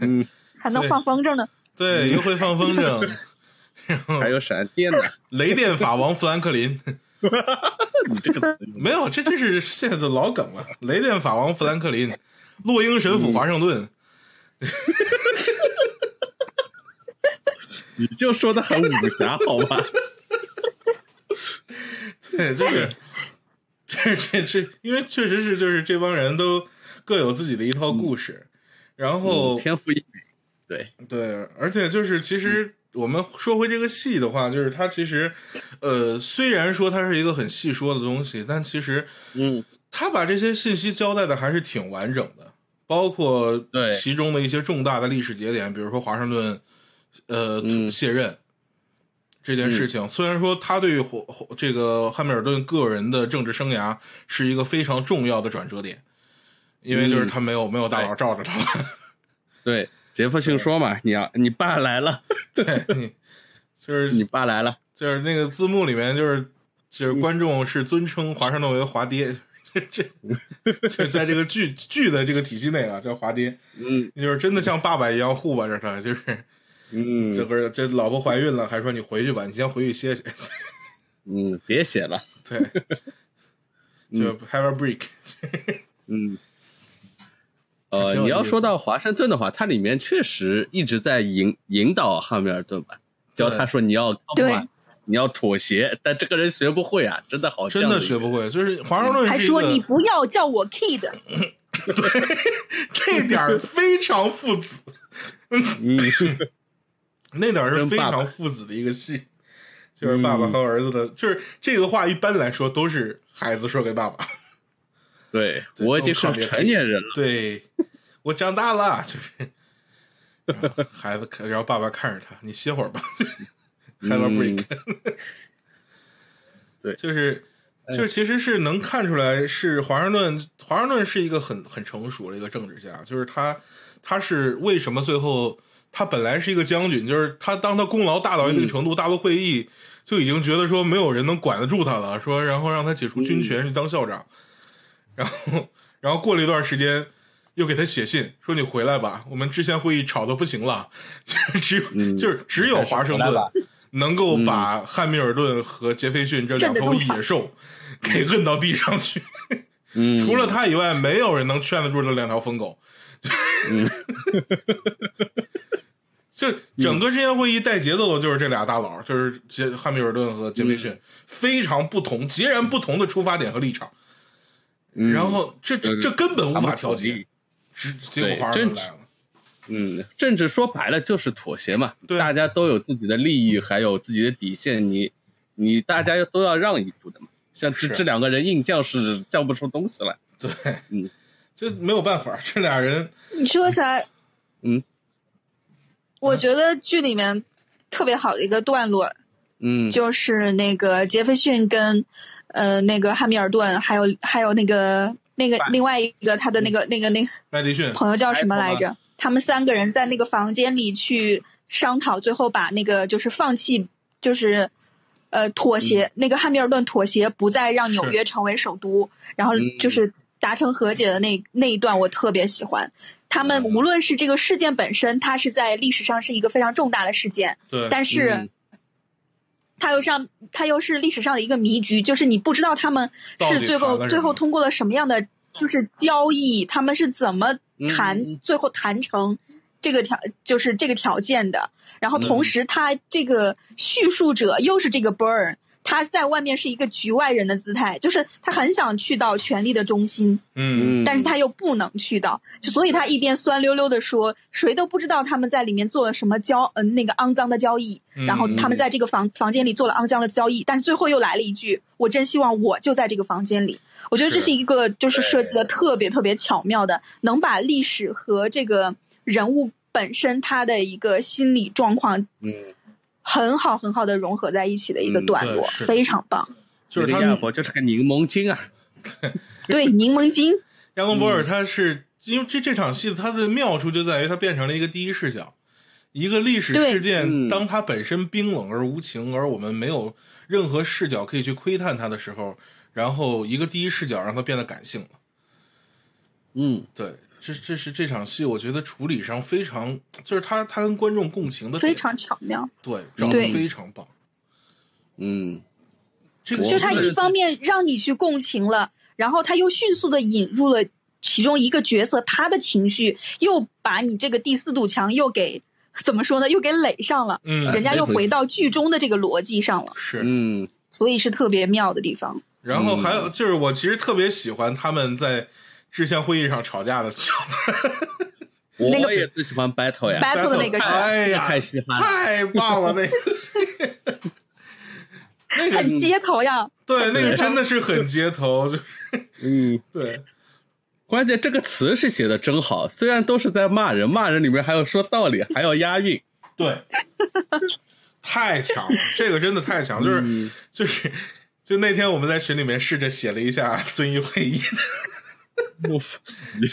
嗯，还能放风筝呢。对，又会放风筝，嗯还有闪 [LAUGHS] 电呢，雷电法王富兰克林你这个词用没有，这这是现在的老梗了。雷电法王富兰克林，落英神斧华盛顿，你就说的很武侠好 [LAUGHS] 吧？对，就是这这这，因为确实是就是这帮人都各有自己的一套故事，然后嗯天赋异禀，对，对，而且就是其实我们说回这个戏的话，就是它其实呃，虽然说它是一个很细说的东西，但其实嗯，他把这些信息交代的还是挺完整的，包括对其中的一些重大的历史节点，比如说华盛顿，呃，嗯卸任，这件事情。虽然说他对火火这个汉密尔顿个人的政治生涯是一个非常重要的转折点，因为嗯就是他没有、没有大佬罩着他了。 [LAUGHS] 对，杰弗逊说嘛，你啊，你爸来了，对你，就是你爸来了，就是那个字幕里面就是嗯就是观众是尊称华盛顿为华爹，这这就是在这个剧剧的这个体系内啊，叫华爹，嗯就是真的像爸爸一样护吧着他，就是这嗯不是这老婆怀孕了，还说你回去吧，你先回去歇歇，嗯，别写了，对， [LAUGHS] 就 have a [LAUGHS] break，嗯。还呃，挺有你意要思说到华盛顿的话，它里面确实一直在引引导汉密尔顿吧，教他说你要 compromise，你要妥协，但这个人学不会啊，真的嗯好，真的学不。会。就是华盛顿还是一说个你不要叫我 kid，这点 [LAUGHS] 儿非常父子，嗯，那点儿是真非爸嗯爸常父子的一个戏，就是爸爸和儿子的，就是这个话一般来说都是孩子说给爸爸，对 [LAUGHS] 对我已经都是靠脸成年人了，对我长大了，就是然后孩子看，然后爸爸看着他，你歇会儿吧，have a break，、对 [LAUGHS] 就是。就是其实是能看出来，是华盛顿，华盛顿是一个很很成熟的一个政治家，就是他，他是为什么最后他本来是一个将军，就是他当他功劳大到一嗯定程度，大陆会议就已经觉得说没有人能管得住他了，说然后让他解除军嗯权去当校长，然后然后过了一段时间。又给他写信说：“你回来吧，我们之前会议吵得不行了， [LAUGHS] 只有、嗯就是只有华盛还是回来嗯顿吧能够把汉密尔顿和杰斐逊这两头野兽给摁到地上去。嗯，除了他以外，没有人能劝得住这两条疯狗。嗯 [LAUGHS] 就整个之前会议带节奏的就是这俩大佬，就是杰汉密尔顿和杰斐逊，非常不同、截然不同的出发点和立场。嗯然后这对这根本无他们法调统一节，，只结果对华政人治来了。嗯，政治说白了就是妥协嘛，对大家都有自己的利益，还有自己的底线，你你大家都要让一步的嘛。像这是这两个人硬犟是犟不出东西来，对，嗯，这没有办法，这俩人你说起来，嗯，我觉得剧里面特别好的一个段落嗯，就是那个杰斐逊跟呃那个汉密尔顿，还有还有那个那个拜另外一个他的那个那个那个麦迪逊朋友叫什么来白头着？他们三个人在那个房间里去商讨，最后把那个就是放弃，就是呃妥协，嗯那个汉密尔顿妥协不再让纽约成为首都，然后就是达成和解的那那一段，我特别喜欢。他们嗯无论是这个事件本身，它是在历史上是一个非常重大的事件，对但是。嗯它又上，它又是历史上的一个谜局，就是你不知道他们到是底最谈了后什最么后通过了什么样的就是交易，他们是怎么谈、嗯最后谈成这个条就是这个条件的。然后同嗯时，他这个叙述者又是这个 Burn，他在外面是一个局外人的姿态，就是他很想去到权力的中心，嗯，但是他又不能去到，就所以他一边酸溜溜的说，谁都不知道他们在里面做了什么交，嗯、呃，那个肮脏的交易，嗯然后他们在这个房房间里做了肮脏的交易，但是最后又来了一句，我真希望我就在这个房间里。我觉得这是是一个就是设计的特别特别巧妙的，能把历史和这个人物本身他的一个心理状况嗯，很好很好的融合在一起的一个嗯段对落，是非常棒。就是那他个亚们伯就是个柠檬精啊，对，柠檬精，亚龙嗯博尔他是因为这这场戏它的妙处就在于它变成了一个第一视角，一个历史对事件，嗯当它本身冰冷而无情，而我们没有任何视角可以去窥探它的时候，然后一个第一视角让它变得感性了。嗯，对，这这是这场戏，我觉得处理上非常，就是他他跟观众共情的非点常巧妙。对，找的对非常棒。嗯，这个我就戏他真的一方面让你去共情了，然后他又迅速的引入了其中一个角色他的情绪，又把你这个第四堵墙又给怎么说呢？又给垒上了，嗯人家又回到剧中的这个逻辑上了，是嗯，所以是特别妙的地方。然后还嗯有就是，我其实特别喜欢他们在之前会议上吵架的那个我也最喜欢 battle 呀， battle 的那个哎呀，太稀罕 [LAUGHS] 了，太棒了，那个那个很街头呀，对，那个真的是很街头，就是嗯，对关键这个词是写的真好，虽然都是在骂人，骂人里面还要说道理，还要押韵，对， [LAUGHS] 太强了，这个真的太强，就是、嗯 [LAUGHS] 就是就那天我们在群里面试着写了一下遵义会议，你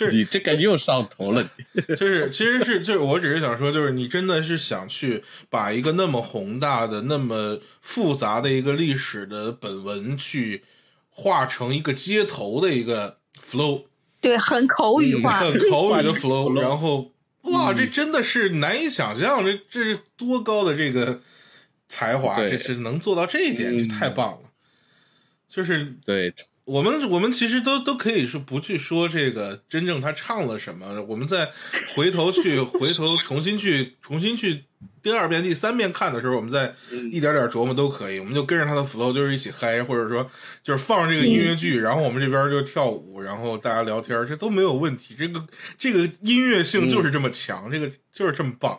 你这感觉又上头了，你就是其实是就是我只是想说，就是你真的是想去把一个那么宏大的、那么复杂的一个历史的本文去化成一个街头的一个 flow，对，很嗯口 [LAUGHS] 语化。很口语的 flow， flow 然后哇，嗯这真的是难以想象，这这是多高的这个才华，对这是能做到这一点，嗯这太棒了。就是对，我们我们其实都都可以是不去说这个真正他唱了什么，我们再回头去回头重新去重新去第二遍、第三遍看的时候，我们再一点点琢磨都可以，我们就跟着他的 flow 就是一起嗨，或者说就是放这个音乐剧，然后我们这边就跳舞，然后大家聊天，这都没有问题。这个这个音乐性就是这么强，这个就是这么棒。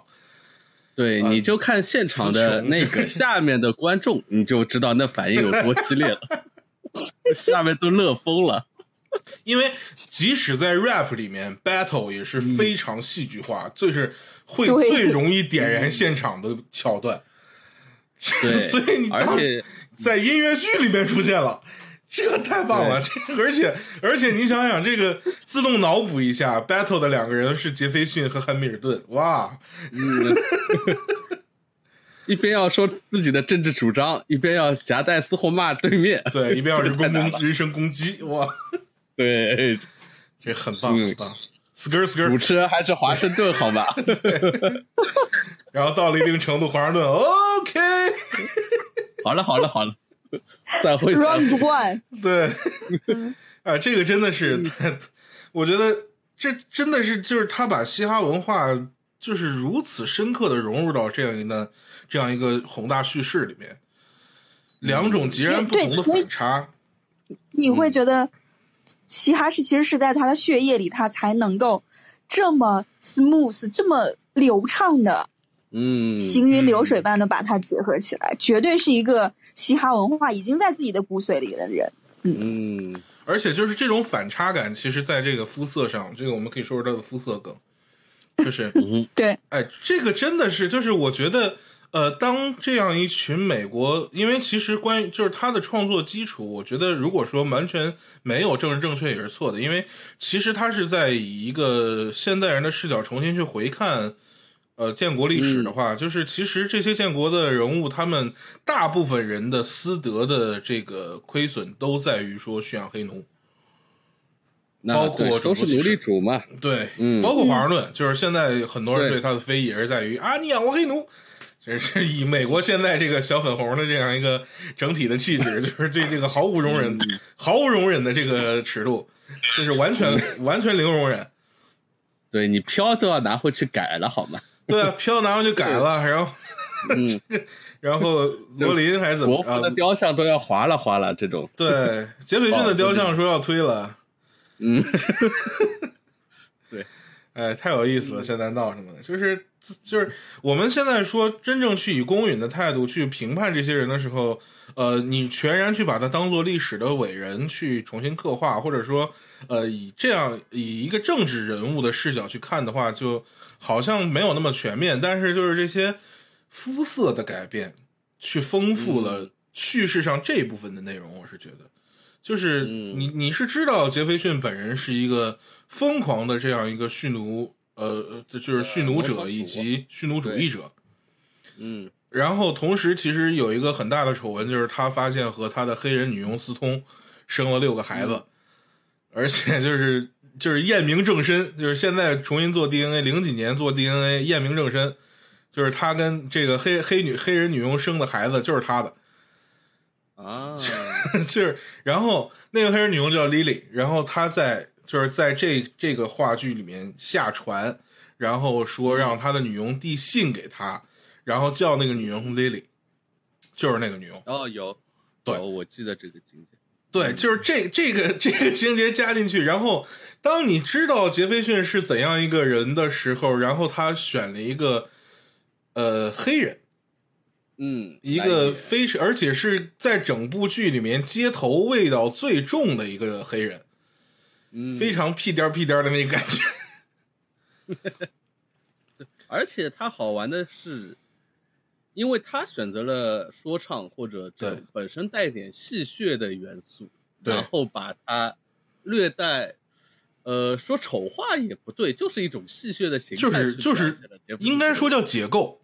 对，啊你就看现场的那个下面的观众，你就知道那反应有多激烈了， [LAUGHS] 下面都乐疯了。因为即使在 rap 里面，battle 也是嗯非常戏剧化，最是会对最容易 [LAUGHS] 点燃现场的桥段。嗯 [LAUGHS] 对所以你当而且，在音乐剧里面出现了，这个太棒了！这 [LAUGHS] 个而且而且你想想，这个自动脑补一下，battle 的两个人是杰斐逊和汉密尔顿，哇，嗯，一边要说自己的政治主张，一边要夹带私货骂对面。对，一边要人工太难攻人身攻击，哇，对，这很棒嗯很棒。skr 主 skr，持人还是华盛顿，好吧？然后到了一定程度，华盛顿 OK，好了，好了，好了，散会，散 Round 会。 one，对，嗯 [LAUGHS] 啊，这个真的是， [LAUGHS] 我觉得这真的是就是他把嘻哈文化就是如此深刻的融入到这样一个这样一个宏大叙事里面，两种截然不嗯对同的所以反差，你会觉得嘻哈是其实是在他的血液里，他才能够这么 smooth，这么流畅的嗯，行云流水般的把它结合起来，绝对是一个嘻哈文化已经在自己的骨髓里的人。嗯，而且就是这种反差感，其实在这个肤色上，这个我们可以说说它的肤色梗，就是嗯对，哎，这个真的是，就是我觉得，呃，当这样一群美国，因为其实关于就是他的创作基础，我觉得如果说完全没有政治正确也是错的，因为其实他是在以一个现代人的视角重新去回看。呃，建国历史的话，就是其实这些建国的人物，他们大部分人的私德的这个亏损都在于说驯养黑奴，那包括对都是奴隶主嘛。对，嗯包括华盛顿，就是现在很多人对对他的非议也是在于啊，你养活黑奴，这是以美国现在这个小粉红的这样一个整体的气 [LAUGHS] 质，就是对这个毫无容忍、嗯毫无容忍的这个尺度，就是完嗯 [LAUGHS] 全完全零容忍。对你票都要拿回去改了，好吗？对啊，票拿回去改了，然后 [LAUGHS] 嗯，然 [LAUGHS] 后罗琳还怎么国啊父？的雕像都要划拉划拉这种。对，杰斐逊的雕像说要推了，嗯，哎，太有意思了，现在闹什么的，就是就是我们现在说真正去以公允的态度去评判这些人的时候，呃，你全然去把它当做历史的伟人去重新刻画，或者说，呃，以这样以一个政治人物的视角去看的话，就好像没有那么全面，但是就是这些肤色的改变，去丰嗯富了叙事上这部分的内容，我是觉得。就是嗯你你是知道杰斐逊本人是一个疯狂的这样一个蓄奴，呃，呃就是蓄奴呃者魔法主以及蓄奴主义者。嗯，然后同时，其实有一个很大的丑闻，就是他发现和他的黑人女佣私通，生了六个孩子，而且就是就是验明正身，就是现在重新做 DNA，零几年做 DNA 验明正身，就是他跟这个黑黑女黑人女佣生的孩子就是他的。啊， [LAUGHS] 就是，然后那个黑人女佣叫 Lily，然后她在就是在这这个话剧里面下船，然后说让她的女佣递信给她，然后叫那个女佣 Lily，就是那个女佣。 [LAUGHS] 哦，有，对有我记得这个情节。对，就是这这个这个情节加进去，然后当你知道杰斐逊是怎样一个人的时候，然后他选了一个呃黑人，嗯，一个非而且是在整部剧里面街头味道最重的一个黑人。非，嗯常屁颠儿屁颠儿的那个感觉。而且它好玩的是，因为他选择了说唱或者这对种本身带一点戏谑的元素，对然后把它略带，呃，说丑话也不对，就是一种戏谑的形态就是去就是表现了杰弗逊 [LAUGHS] 应该说这叫解构。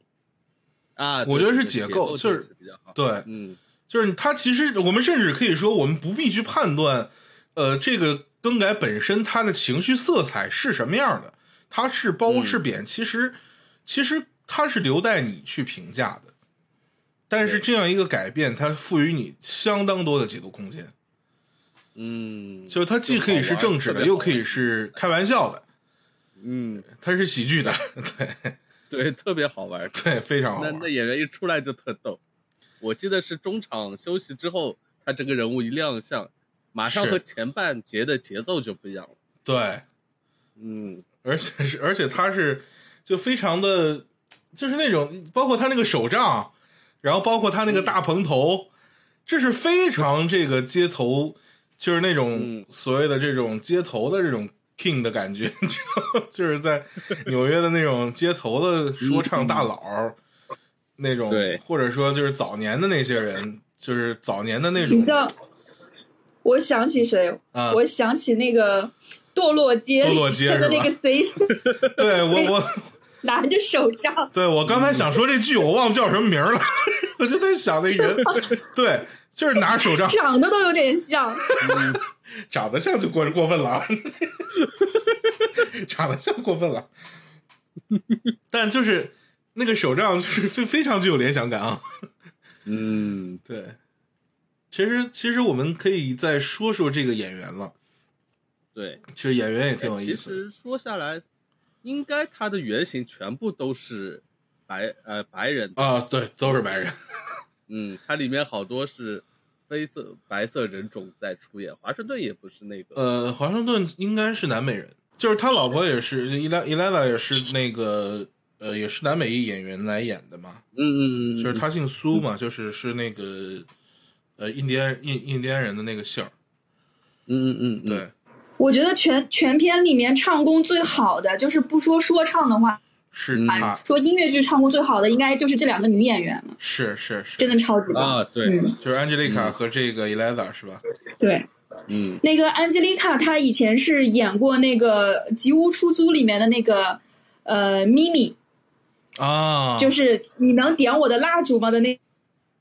个啊，我对觉得是对解解构构就这个是词比较好。对，嗯，就是他其实我们甚至可以说，我们不必去判断，呃，这个更改本身它的情绪色彩是什么样的，它是褒嗯是贬，其实其实它是留待你去评价的。但是这样一个改变，它赋予你相当多的解读空间。嗯，就是它既可以是正直的，又可以是，是开玩笑的，嗯，它是喜剧的， [LAUGHS] 对对，特别好玩。对，非常好那玩那。演员一出来就特逗，我记得是中场休息之后，他这个人物一亮相，马上是和前半节的节奏就不一样了。对，嗯，而且是而且他是就非常的，就是那种包括他那个手杖，然后包括他那个大蓬头，这是非常这个街头，就是那种嗯所谓的这种街头的这种 king 的感觉， [LAUGHS] 你知道吗就是在纽约的那种街头的说唱大佬儿那种对，或者说就是早年的那些人，就是早年的那种你知道，我想起谁？啊，我想起那个堕落街堕落街的那个是 C [LAUGHS] 对我我。拿着手杖，对我刚才想说这句，我忘了叫什么名儿了，我就在想那人，对，就是拿手杖，长得都有点像。长得像就过过分了啊，长得像过分了，但就是那个手杖就是非非常具有联想感啊。嗯，对，其实其实我们可以再说说这个演员了， [LAUGHS] 对，哎其实演员也挺有意其思的。实说下来，应该他的原型全部都是白呃白人，啊，对，都是白人，嗯，它里面好多是非色白色人种在出演，华盛顿也不是那个，呃，华盛顿应该是南美人，就是他老婆也是伊莱伊莱拉也是那个呃也是南美裔演员来演的嘛，嗯嗯嗯，就是他姓苏嘛，就是是那个呃印第安印印第安人的那个姓儿，嗯，嗯嗯嗯，对，我觉得全全片里面唱功最好的，就是不说说唱的话，嗯是他，说音乐剧唱功最好的，应该就是这两个女演员了，是是是，真的超级棒。啊，对，嗯，就是安吉丽卡和这个伊莱拉是吧？对，嗯那个安吉丽卡，她以前是演过那个《吉屋出租》里面的那个呃咪咪，啊，就是你能点我的蜡烛吗的那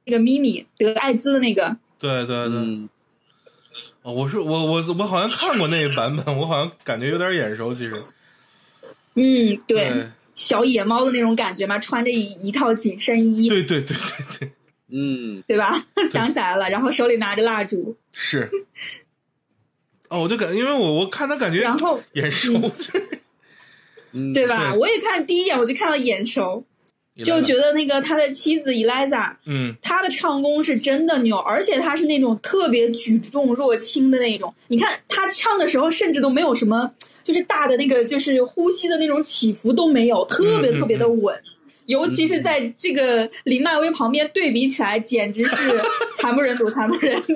那个咪咪得艾滋的那个，对对对，嗯，哦我说我我我好像看过那个版本，我好像感觉有点眼熟，其实嗯，对，对小野猫的那种感觉嘛，穿着一一套紧身衣，对对对对对，嗯，对吧？ [LAUGHS] 想起来了，然后手里拿着蜡烛， [LAUGHS] 是。哦，我就感，因为我我看他感觉然后眼熟， [LAUGHS] 就是嗯对吧？对我也看第一眼我就看到眼熟，就觉得得那个他的妻子 Eliza，嗯他的唱功是真的牛，而且他是那种特别举重若轻的那种。你看他唱的时候，甚至都没有什么，就是大的那个，就是呼吸的那种起伏都没有，特别嗯嗯特别的稳。尤其是在这个林奈薇旁边对比起来，简直是惨不忍睹，惨不忍睹。就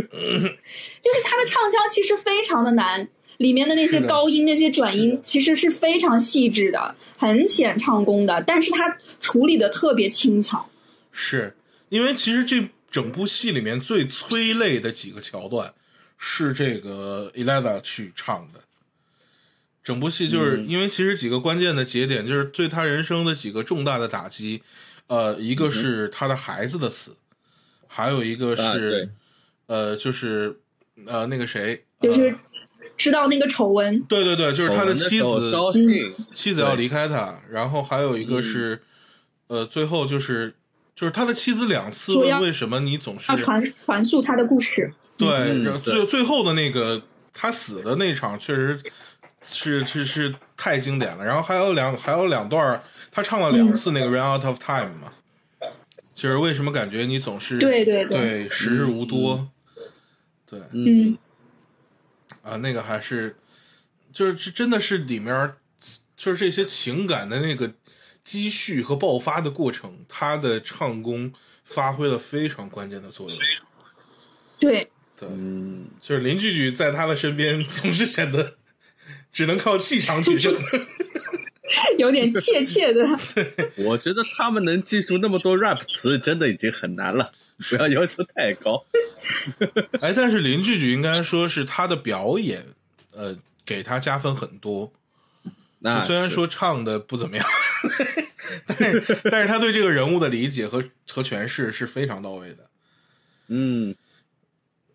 是他的唱腔其实非常的难，里面的那些是的高音、那些转音其实是非常细致的，很显唱功的，但是他处理的特别轻巧。是因为其实这整部戏里面最催泪的几个桥段是这个 Eliza 去唱的。整部戏就是、嗯因为其实几个关键的节点，就是对他人生的几个重大的打击，呃，一嗯个是他的孩子的死，还有一个啊是对、呃，就是呃那个谁，就是呃知道那个丑闻，对对对，就是他我们妻手子捎信，妻子要离开他，然后还有一嗯个是，呃，最后就是就是他的妻子两次说问要为什么你总是要传传述他的故事。对，嗯然后对最最后的那个他死的那场确实是是是太经典了。然后还有两还有两段儿，他唱了两次那嗯个《Run Out of Time》嘛，就是为什么感觉你总是对对对对时日无多，对嗯啊，那个还是就是这真的是里面儿就是这些情感的那个积蓄和爆发的过程，他的唱功发挥了非常关键的作用。对，对，嗯，就是林 [LAUGHS] 聚聚在他的身边总是显得只能靠气场取胜。有点怯怯的。我觉得他们能记住那么多 rap 词，真的已经很难了，不要要求太高。哎，但是林俊杰应该说是他的表演，呃，给他加分很多。那虽然是说唱的不怎么 [LAUGHS] 样，但是但是他对这个人物的理解和和诠释是非常到位的，嗯，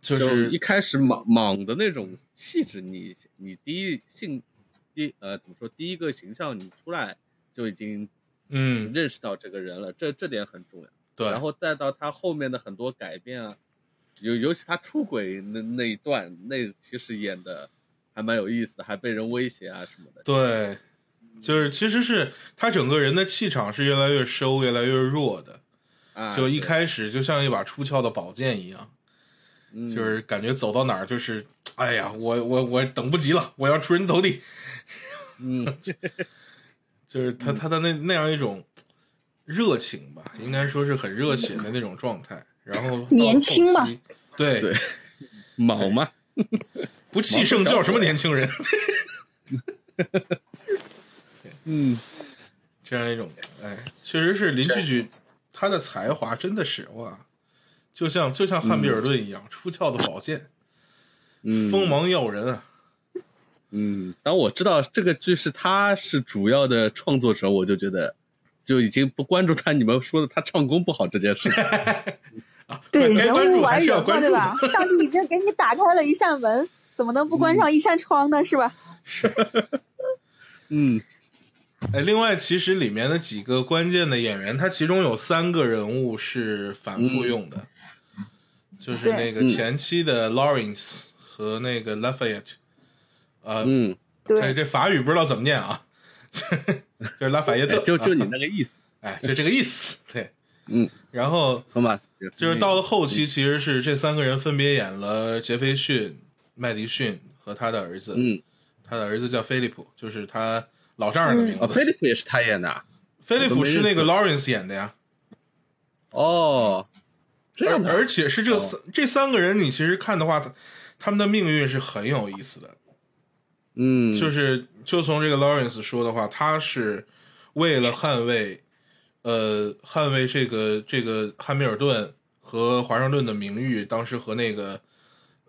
就就是一开始莽莽的那种气质，你你第一性第呃怎么说第一个形象你出来就已经嗯，认识到这个人了，这这点很重要。对，然后再到他后面的很多改变啊，尤尤其他出轨那那一段，那其实演的还蛮有意思的，还被人威胁啊什么的。对，就是其实是他整个人的气场是越来越收、越来越弱的，啊，就一对，开始就像一把出鞘的宝剑一样，嗯就是感觉走到哪儿就是，哎呀，我我我等不及了，我要出人头地， [LAUGHS] 嗯，就是他他的那那样一种热情吧，应该说是很热血的那种状态，然后到年轻嘛后期，对对莽嘛，不弃圣教什么年轻人， [LAUGHS] 嗯，这样一种，哎，确实是林俊杰，他的才华真的是哇，就像就像汉密尔顿一样，出鞘的宝剑， [LAUGHS] 嗯锋芒耀人啊，嗯，当我知道这个剧是他是主要的创作者，我就觉得就已经不关注他你们说的他唱功不好这件事 [LAUGHS] 情。对，该人关无注还完是人要嘛，关注对吧？上帝已经给你打开了一扇门，怎么能不嗯关上一扇窗呢？是吧？ [LAUGHS] 嗯哎，另外，其实里面的几个关键的演员，他其中有三个人物是反复用的，就是对那个嗯前期的 Lawrence 和那个 Lafayette，呃，嗯，这对，这法语不知道怎么念啊， [LAUGHS] 就是拉法耶哎特，就就你啊那个意 [LAUGHS] 思，哎，就这个意思，对，嗯，然后托马斯就是到了后嗯期，其实是这三个人分别演了杰斐逊、麦迪逊和他的儿子，嗯他的儿子叫菲利普，就是他老丈人的名啊，字，菲利普也是他演的啊菲利普是那个 Lawrence 演的呀。哦，这样而的啊而且是这三、这三个人，你其实看的话，他他们的命运是很有意思的。嗯，就是就从这个 Lawrence 说的话，他是为了捍卫，呃，捍卫这个这个汉密尔顿和华盛顿的名誉，当时和那个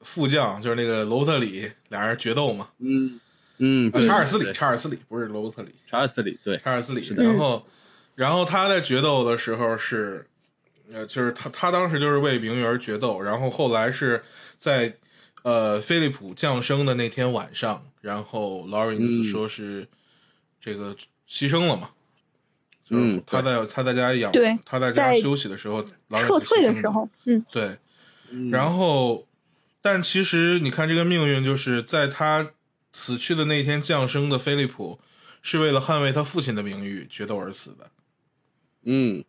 副将就是那个罗伯特里俩人决斗嘛，嗯嗯，啊对查尔斯里，对查尔斯里不是罗伯特里，查尔斯里，对，查尔斯里是。的然后，嗯然后他在决斗的时候是，呃，就是他他当时就是为名誉而决斗，然后后来是在呃菲利普降生的那天晚上，然后劳伦斯嗯说是这个牺牲了嘛，就是嗯他在、他在家养对，他在家在休息的时候，劳撤伦斯牺退的牲时了候，嗯，对，嗯然后，但其实你看这个命运，就是在他死去的那一天降生的菲利普，是为了捍卫他父亲的名誉决斗而死的。嗯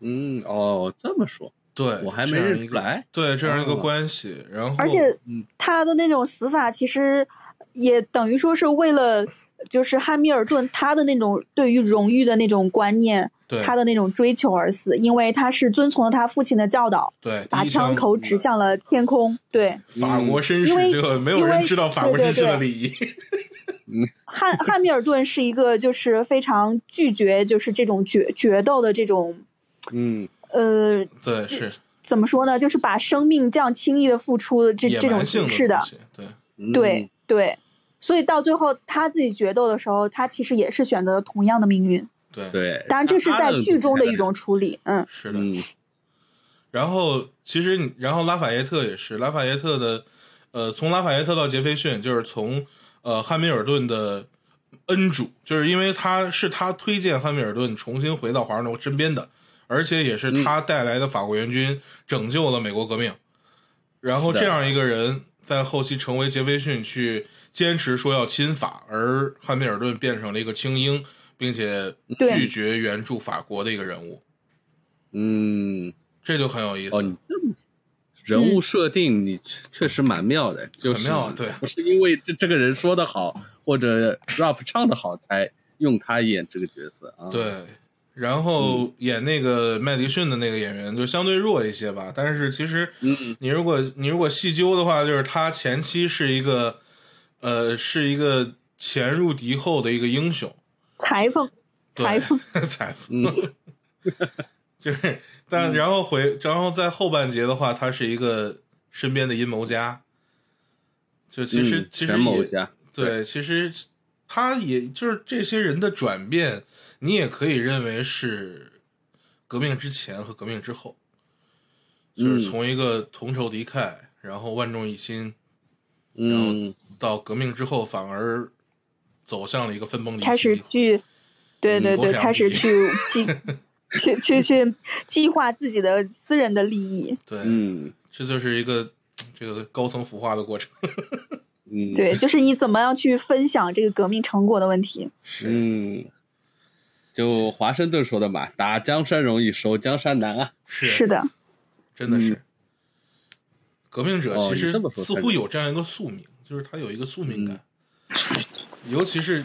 嗯哦，这么说，对，我还这没样认一出个。来，对，这样一个哦关系，然后而且嗯他的那种死法其实也等于说是为了。就是汉密尔顿他的那种对于荣誉的那种观念，对他的那种追求而死，因为他是遵从了他父亲的教导，对把第一枪枪口指向了天空。对，法嗯国绅士，因为这个没有因人为知道法对国对绅士的对礼仪。 [LAUGHS] 汉汉密尔顿是一个就是非常拒绝就是这种决决斗的这种嗯呃对，是怎么说呢，就是把生命这样轻易的付出的这野这种蛮性形的式的东，西。对，嗯对对，所以到最后他自己决斗的时候，他其实也是选择了同样的命运。对，对，当然，这是他在剧中的一，种他处理。嗯，是的。嗯然后其实你，然后拉法耶特也是拉法耶特的，呃，从拉法耶特到杰斐逊，就是从呃汉密尔顿的恩主，就是因为他是他推荐汉密尔顿重新回到华盛顿身边的，而且也是他嗯带来的法国援军拯救了美国革命。然后是的这样一个人在后期成为杰斐逊去坚持说要亲法，而汉密尔顿变成了一个精英，并且对拒绝援助法国的一个人物，嗯这就很有意思。哦，你这么嗯人物设定你确确实蛮妙的，就是很妙对不是因为这这个人说的好或者 rap 唱的好才用他演这个角色啊，，对，然后嗯演那个麦迪逊的那个演员就相对弱一些吧，但是其实嗯你如果你如果细究的话，就是他前期是一个呃是一个潜入敌后的一个英雄，裁缝，[LAUGHS] 裁缝，对，裁缝，嗯，就是，但然后回，然后在后半节的话，他是一个身边的阴谋家，就其实、嗯其实权谋也家，对，其实他也就是这些人的转变，你也可以认为是革命之前和革命之后，就是嗯从一个同仇敌忾，然后万众一心，嗯，到革命之后反而走向了一个分崩离析，开始去，对嗯对国对，产开始利益去计，去去去计划自己的私人的利益。对，嗯这就是一个这个高层腐化的过程，嗯，对，就是你怎么样去分享这个革命成果的问题。是。嗯，就华盛顿说的嘛，打江山容易，守江山难啊。是是，的，真的是嗯。革命者哦其实你这么说似才乎对有这样一个宿命，就是他有一个宿命感，嗯尤其是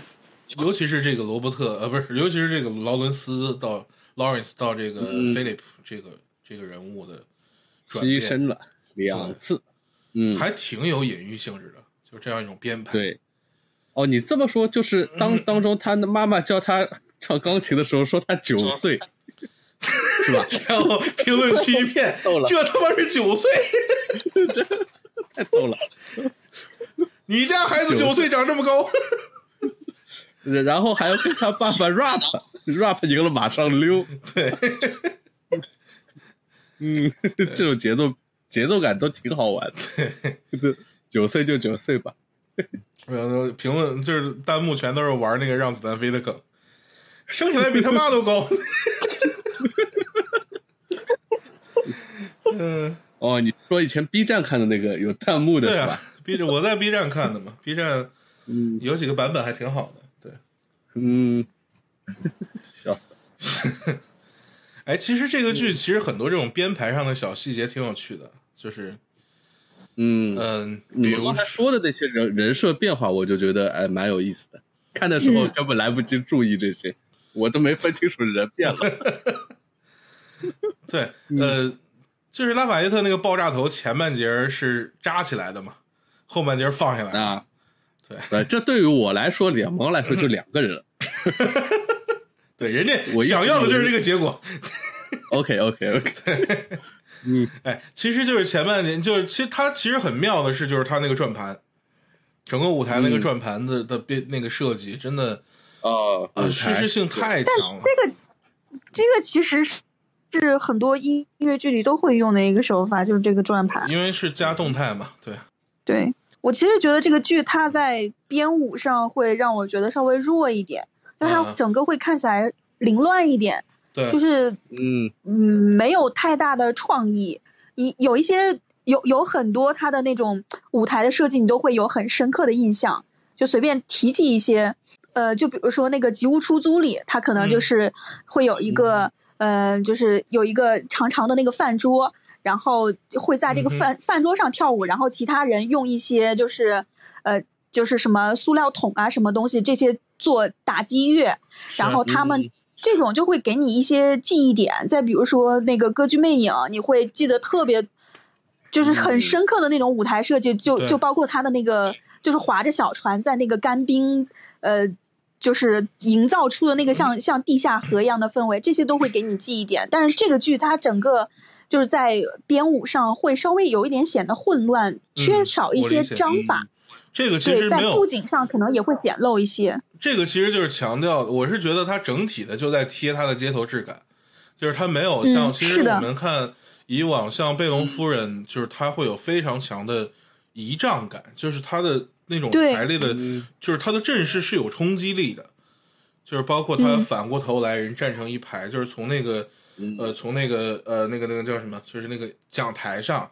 尤其是这个罗伯特呃不是，尤其是这个劳伦斯到 Lawrence 到这个嗯 Philip 这个这个人物的转牺牲变，了两次，嗯，还挺有隐喻性质的，就这样一种编排。对。哦，你这么说就是当当中他的妈妈教他唱钢琴的时候，说他九岁，是吧？，然后评论区一片 [LAUGHS] 逗了这他妈是九岁，太逗了。你家孩子九岁长这么高， [LAUGHS] 然后还要跟他爸爸 rap rap 赢了马上溜，对，嗯，这种节奏节奏感都挺好玩的。九岁就九岁吧，呃，评论就是弹幕全都是玩那个让子弹飞的 [LAUGHS] 梗，生下来比他妈都高。嗯，哦，你说以前 B 站看的那个有弹幕的对是啊吧？ ，B 站我在 B 站看的嘛，B 站嗯有几个版本还挺好的。对，嗯， [LAUGHS] 笑死了，哎，其实这个嗯剧其实很多这种编排上的小细节挺有趣的，就是嗯，嗯，比你们如刚才说的那些人人设变化，我就觉得哎蛮有意思的。看的时嗯候根本来不及注意这些，我都没分清楚人变了。对，嗯呃，就是拉法耶特那个爆炸头前半截儿是扎起来的嘛，后半截儿放下来的。啊， [LAUGHS] 对对，这对于我来说，脸盲来说就两个人。对，人家我一直想要的就以是为这个结果。 OK OK [LAUGHS] OK，嗯哎，其实就是前半年，就是其实它其实很妙的是，就是它那个转盘，整个舞台那个嗯转盘的、的编那个设计，真的哦，呃叙事性太强了。这个其这个其实是是很多音乐剧里都会用的一个手法，就是这个转盘。因为是加动态嘛，对，对我其实觉得这个剧它在编舞上会让我觉得稍微弱一点，但它嗯整个会看起来凌乱一点，对，就是嗯嗯没有太大的创意。一有一些有有很多它的那种舞台的设计，你都会有很深刻的印象。就随便提起一些，呃，就比如说那个《吉屋出租》里，它可能嗯就是会有一个，呃，就是有一个长长的那个饭桌，然后就会在这个嗯哼饭、饭桌上跳舞，然后其他人用一些就是，呃，就是什么塑料桶啊，什么东西这些做打击乐，是然后他嗯们这种就会给你一些记忆点。再比如说那个《歌剧魅影》，你会记得特别，就是嗯很深刻的那种舞台设计，就对就包括他的那个，就是划着小船在那个干冰，呃。就是营造出的那个嗯像像地下河一样的氛围，这些都会给你记忆点。但是这个剧它整个就是在编舞上会稍微有一点显得混乱，缺嗯少一我理些解章法，这个其对，实在没布有，景上可能也会简陋一些。这个其实就是强调，我是觉得它整体的就在贴它的街头质感，就是它没有像、嗯其是实的我们看以往像贝隆夫人，就是它会有非常强的仪仗感，就是它的那种对排列的嗯就是他的阵势是有冲击力的，就是包括他嗯反过头来人站成一排，就是从那个嗯呃从那个呃那个那个叫什么，就是那个讲台上，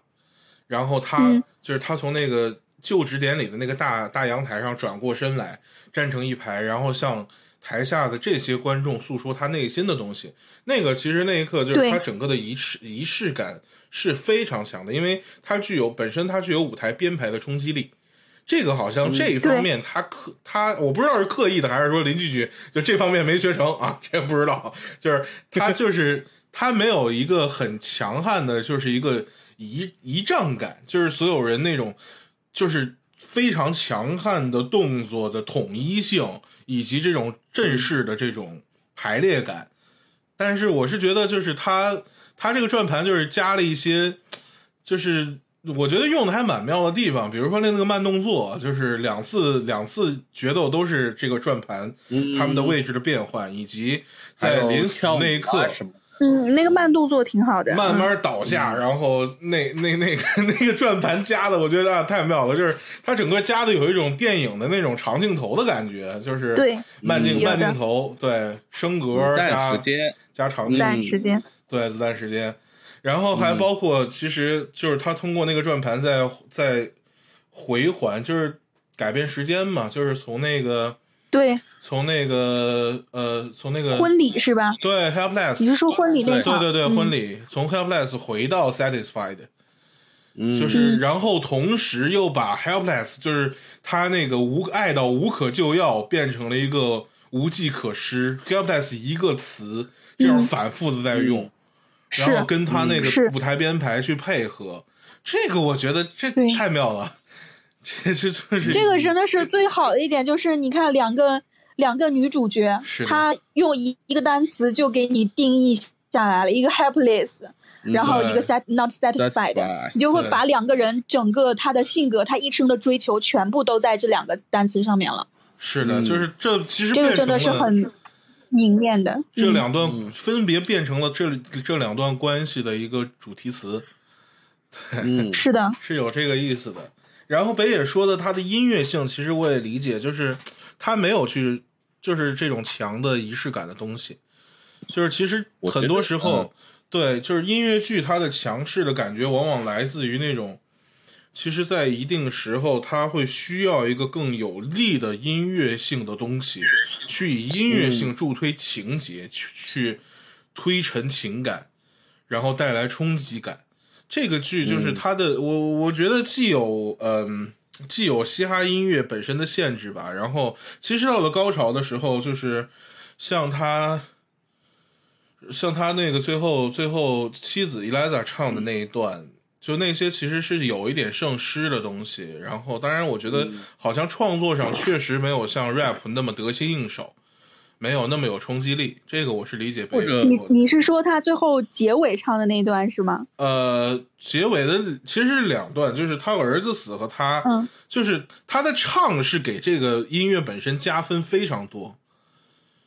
然后他、嗯就是他从那个就职典礼的那个大大阳台上转过身来，站成一排，然后向台下的这些观众诉说他内心的东西。那个其实那一刻就是对他整个的仪式仪式感是非常强的，因为它具有本身它具有舞台编排的冲击力。这个好像这一方面他刻他我不知道是刻意的还是说林剧局就这方面没学成啊，这不知道。就是他就是他没有一个很强悍的，就是一个仪仪仗感，就是所有人那种就是非常强悍的动作的统一性，以及这种阵势的这种排列感。但是我是觉得，就是它它这个转盘就是加了一些，就是我觉得用的还蛮妙的地方，比如说那个慢动作，就是两次两次决斗都是这个转盘嗯他们的位置的变换，以及还在有临死跳舞那一刻啊什么嗯的，嗯，那个慢动作挺好的，慢慢倒下，然后那那那个 [LAUGHS] 那个转盘夹的，我觉得啊太妙了，就是它整个夹的有一种电影的那种长镜头的感觉，就是对，慢镜、慢嗯有的镜头，对升格嗯但加时间加长子镜，弹时间，对子弹时间，然后还包括其实就是他通过那个转盘在在回环，就是改变时间嘛，就是从那个对，从那个呃从那个婚礼是吧？对 helpless，你是说婚礼那对场？对对对、嗯婚礼从 helpless 回到 satisfied。嗯就是嗯然后同时又把 helpless，就是他那个无爱到无可救药，变成了一个无计可施 helpless 一个词，这样反复的在用，然后嗯是跟他那嗯是个舞台编排去配合，这个我觉得这对太妙了， [LAUGHS] 这这就是这个真的是最好的一点，就是你看两个两个女主角是，的她用一一个单词就给你定义下来了，一个 helpless，然嗯后一个 sat not satisfied。 satisfied 你就会嗯对把两个人整个他的性格、他一生的追求全部都在这两个单词上面了，是的，嗯就是这其实这个变成真的是了很凝练的。这嗯两段分别变成了这这两段关系的一个主题词。嗯是的，是有这个意思的。然后北野说的他的音乐性，其实我也理解，就是他没有去，就是这种强的仪式感的东西，就是其实我觉得很多时候，嗯对，就是音乐剧它的强势的感觉，往往来自于那种，其实，在一定时候，它会需要一个更有力的音乐性的东西，去以音乐嗯性助推情节，去去推陈情感，然后带来冲击感。这个剧嗯就是它的，我我觉得既有嗯、既有嘻哈音乐本身的限制吧，然后其实到了高潮的时候，就是像他像他那个最后最后妻子 Eliza 唱的那一段。就那些其实是有一点圣诗的东西，然后当然我觉嗯得好像创作上确实没有像 rap 那么得心应手，没有那么有冲击力，这个我是理解被或者你我你是说他最后结尾唱的那段是吗？呃，结尾的其实是两段，就是他儿子死和他，嗯就是他的唱是给这个音乐本身加分非常多，嗯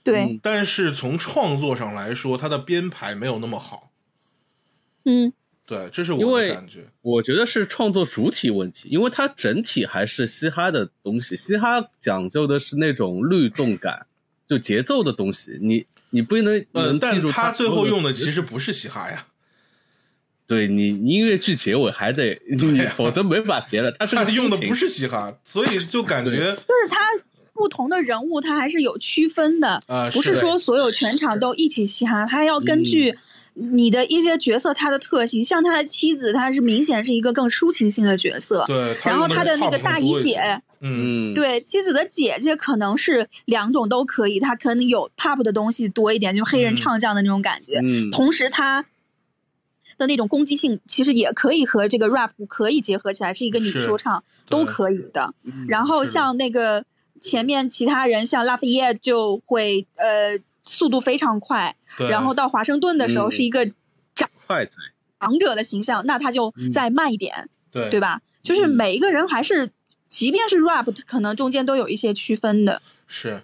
对，但是从创作上来说，他的编排没有那么好。嗯，对，这是因我的为感觉。我觉得是创作主体问题，因为它整体还是嘻哈的东西，嘻哈讲究的是那种律动感，就节奏的东西，你你不能呃，能记但住他最所后有用的词其实不是嘻哈呀，对你你音乐剧结尾还得你，否则没法结了。它是啊他个用的抒情不是嘻哈，所以就感觉就是他不同的人物他还是有区分的。呃，不是的嗯说所有全场都一起嘻哈，他要根据你的一些角色他的特性，像他的妻子，他是明显是一个更抒情性的角色。对，然后用他的那话个更大多姨一些，姐，嗯，嗯，对妻子的姐姐可能是两种都可以，她可能有 pop 的东西多一点，就黑人嗯唱将的那种感觉。嗯，同时，她的那种攻击性其实也可以和这个 rap 可以结合起来，是一个女是说唱都可以的。嗯然后是的像那个前面其他人，像拉菲耶就会呃速度非常快，对，然后到华盛顿的时候嗯是一个快嘴，长者的形象，那他就嗯再慢一点，对对吧？就是嗯每一个人还是，即便是 rap，可能中间都有一些区分的。是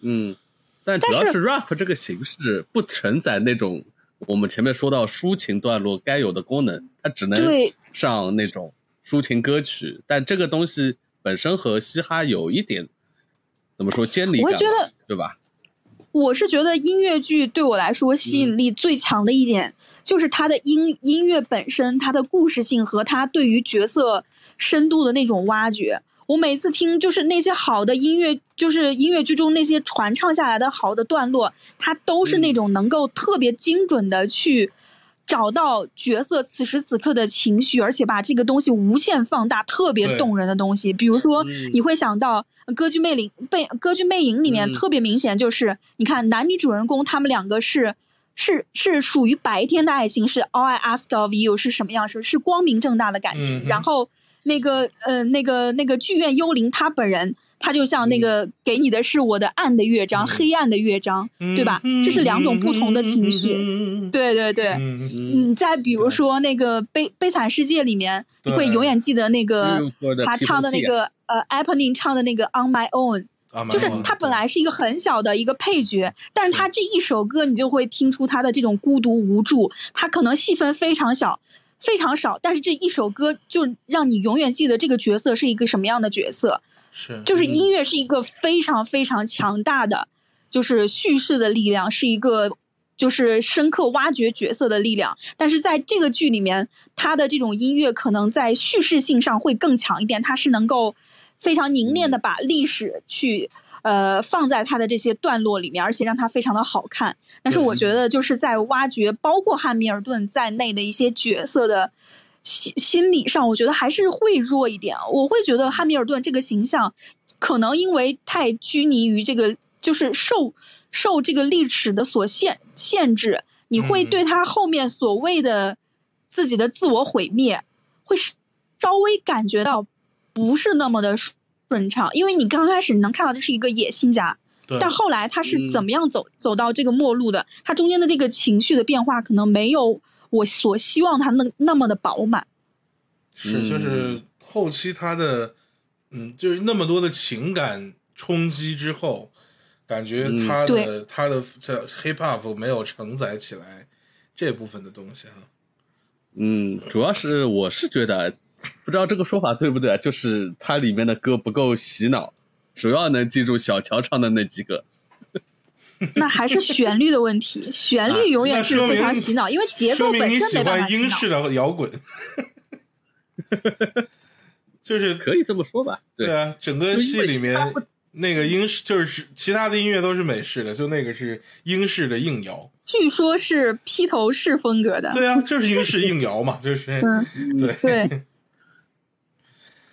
嗯，但主但要是是 rap 这个形式不承载那种我们前面说到抒情段落该有的功能，它只能对上那种抒情歌曲。但这个东西本身和嘻哈有一点怎么说监理我感会吧，觉得对吧？我是觉得音乐剧对我来说吸引力最强的一点，就是它的音音乐本身，它的故事性和它对于角色深度的那种挖掘。我每次听就是那些好的音乐，就是音乐剧中那些传唱下来的好的段落，它都是那种能够特别精准的去找到角色此时此刻的情绪，而且把这个东西无限放大，特别对动人的东西。比如说，嗯你会想到《歌剧魅影》被《歌剧魅影》里嗯面特别明显，就是、你看男女主人公他们两个是是是属于白天的爱情，是 All I Ask of You 是什么样是是光明正大的感情，嗯哼然后那个呃那个那个剧院幽灵他本人，他就像那个嗯给你的是我的暗的乐章，黑暗的乐章，对吧？这是两种不同的情绪。绪，对对对，嗯，嗯，嗯，再比如对说那个《悲悲惨世界》里面，你会对永远记得那六个哥的他皮唱头的那戏啊个呃 a p p l i n 唱的那个《On My Own 啊》，就是蛮好的他本来是一个很小的一个配角，但是他这一首歌你就会听出他的这种孤独无助，他可能戏份非常小。非常少，但是这一首歌就让你永远记得这个角色是一个什么样的角色，是就是嗯音乐是一个非常非常强大的，就是叙事的力量，是一个就是深刻挖掘角色的力量。但是在这个剧里面，它的这种音乐可能在叙事性上会更强一点，它是能够非常凝练的把历史去。呃，放在它的这些段落里面，而且让它非常的好看。但是我觉得，就是在挖掘包括汉密尔顿在内的一些角色的心心理上，我觉得还是会弱一点。我会觉得汉密尔顿这个形象，可能因为太拘泥于这个，就是受受这个历史的所限限制，你会嗯对他后面所谓的自己的自我毁灭，会是稍微感觉到不是那么的顺畅，因为你刚开始你能看到这是一个野心家，对但后来他是嗯怎么样走、走到这个末路的？他中间的这个情绪的变化，可能没有我所希望他那那么的饱满。嗯是，就是后期他的，嗯，就是那么多的情感冲击之后，感觉嗯他的、对他的这 hip hop 没有承载起来这部分的东西哈。嗯，主要是我是觉得，不知道这个说法对不对啊，就是它里面的歌不够洗脑，主要能记住小乔唱的那几个。 [LAUGHS] 那还是旋律的问题，旋哎律永远是非常洗脑，因为节说奏明本你身喜没办法欢洗英脑。式的摇滚， [LAUGHS] 就是可以这么说吧？对对，啊，整个戏里面就因为其他不那个英式就是其他的音乐都是美式的，就那个是英式的硬摇。据说是披头士风格的，对啊，就是英式硬摇嘛，就是嗯，对对，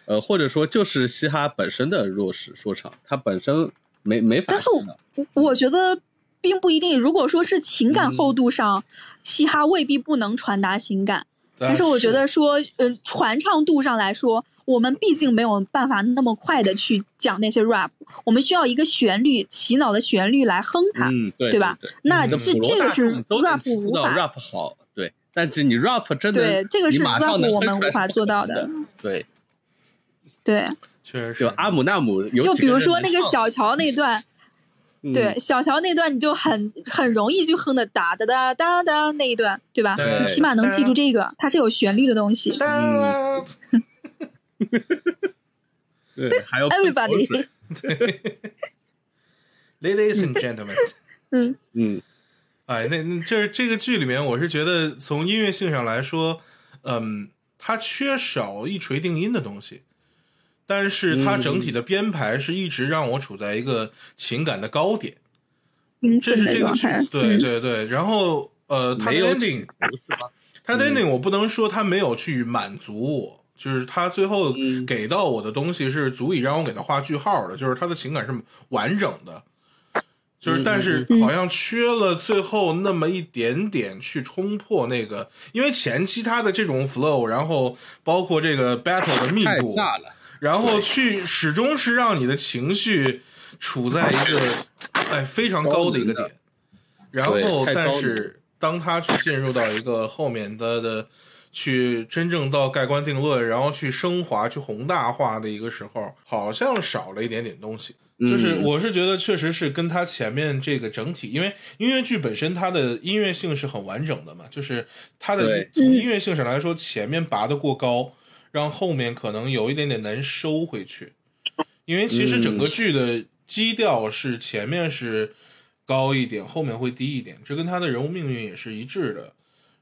呃，或者说就是嘻哈本身的弱势说唱，它本身没没法但是洗脑。我我觉得并不一定。如果说是情感厚度上，嘻哈未必不能传达情啊感，啊但是我觉得说，嗯、传唱度上来说，我们毕竟没有办法那么快的去讲那些 rap，我们需要一个旋律洗脑的旋律来哼它。嗯，对对吧？对那嗯对这普罗这大个是众都能 rap 知无道法 rap 好，对。但是你 rap 真的，对这个是你马 rap 上能我哼们出来无法是做到好的的。对，对，确实是就阿姆纳姆有就几比如人说能那个唱，小乔那段，嗯对，小乔那段你就很很容易去哼的哒哒哒哒哒那一段，对吧？对你起码能记住这个，它是有旋律的东西。嗯对，还 [LAUGHS] 有 Everybody， Ladies and [LAUGHS] gentlemen，嗯， [LAUGHS] 嗯哎，那那就是这个剧里面，我是觉得从音乐性上来说，嗯，它缺少一锤定音的东西，但是它整体的编排是一直让我处在一个情感的高点，兴这是奋的这个状剧态。，对嗯对对。然后呃，它的没有 ending，不是吧？它嗯的 ending 我不能说它没有去满足我，就是它最后嗯给到我的东西是足以让我给它画句号的，就是它的情感是完整的，就是嗯但是好像缺了最后那么一点点去冲破那个，因为前期它的这种 flow，然后包括这个 battle 的密太度，尬了。然后去始终是让你的情绪处在一个哎非常高的一个点，然后太高但了是当他去进入到一个后面他的去真正到盖棺定论，然后去升华、去宏大化的一个时候，好像少了一点点东西。就是嗯我是觉得确实是跟他前面这个整体，因为音乐剧本身它的音乐性是很完整的嘛，就是它的对从音乐性上来说，前面拔得过高，让后面可能有一点点难收回去，因为其实整嗯个剧的基调是前面是高一点，后面会低一点，这跟他的人物命运也是一致的。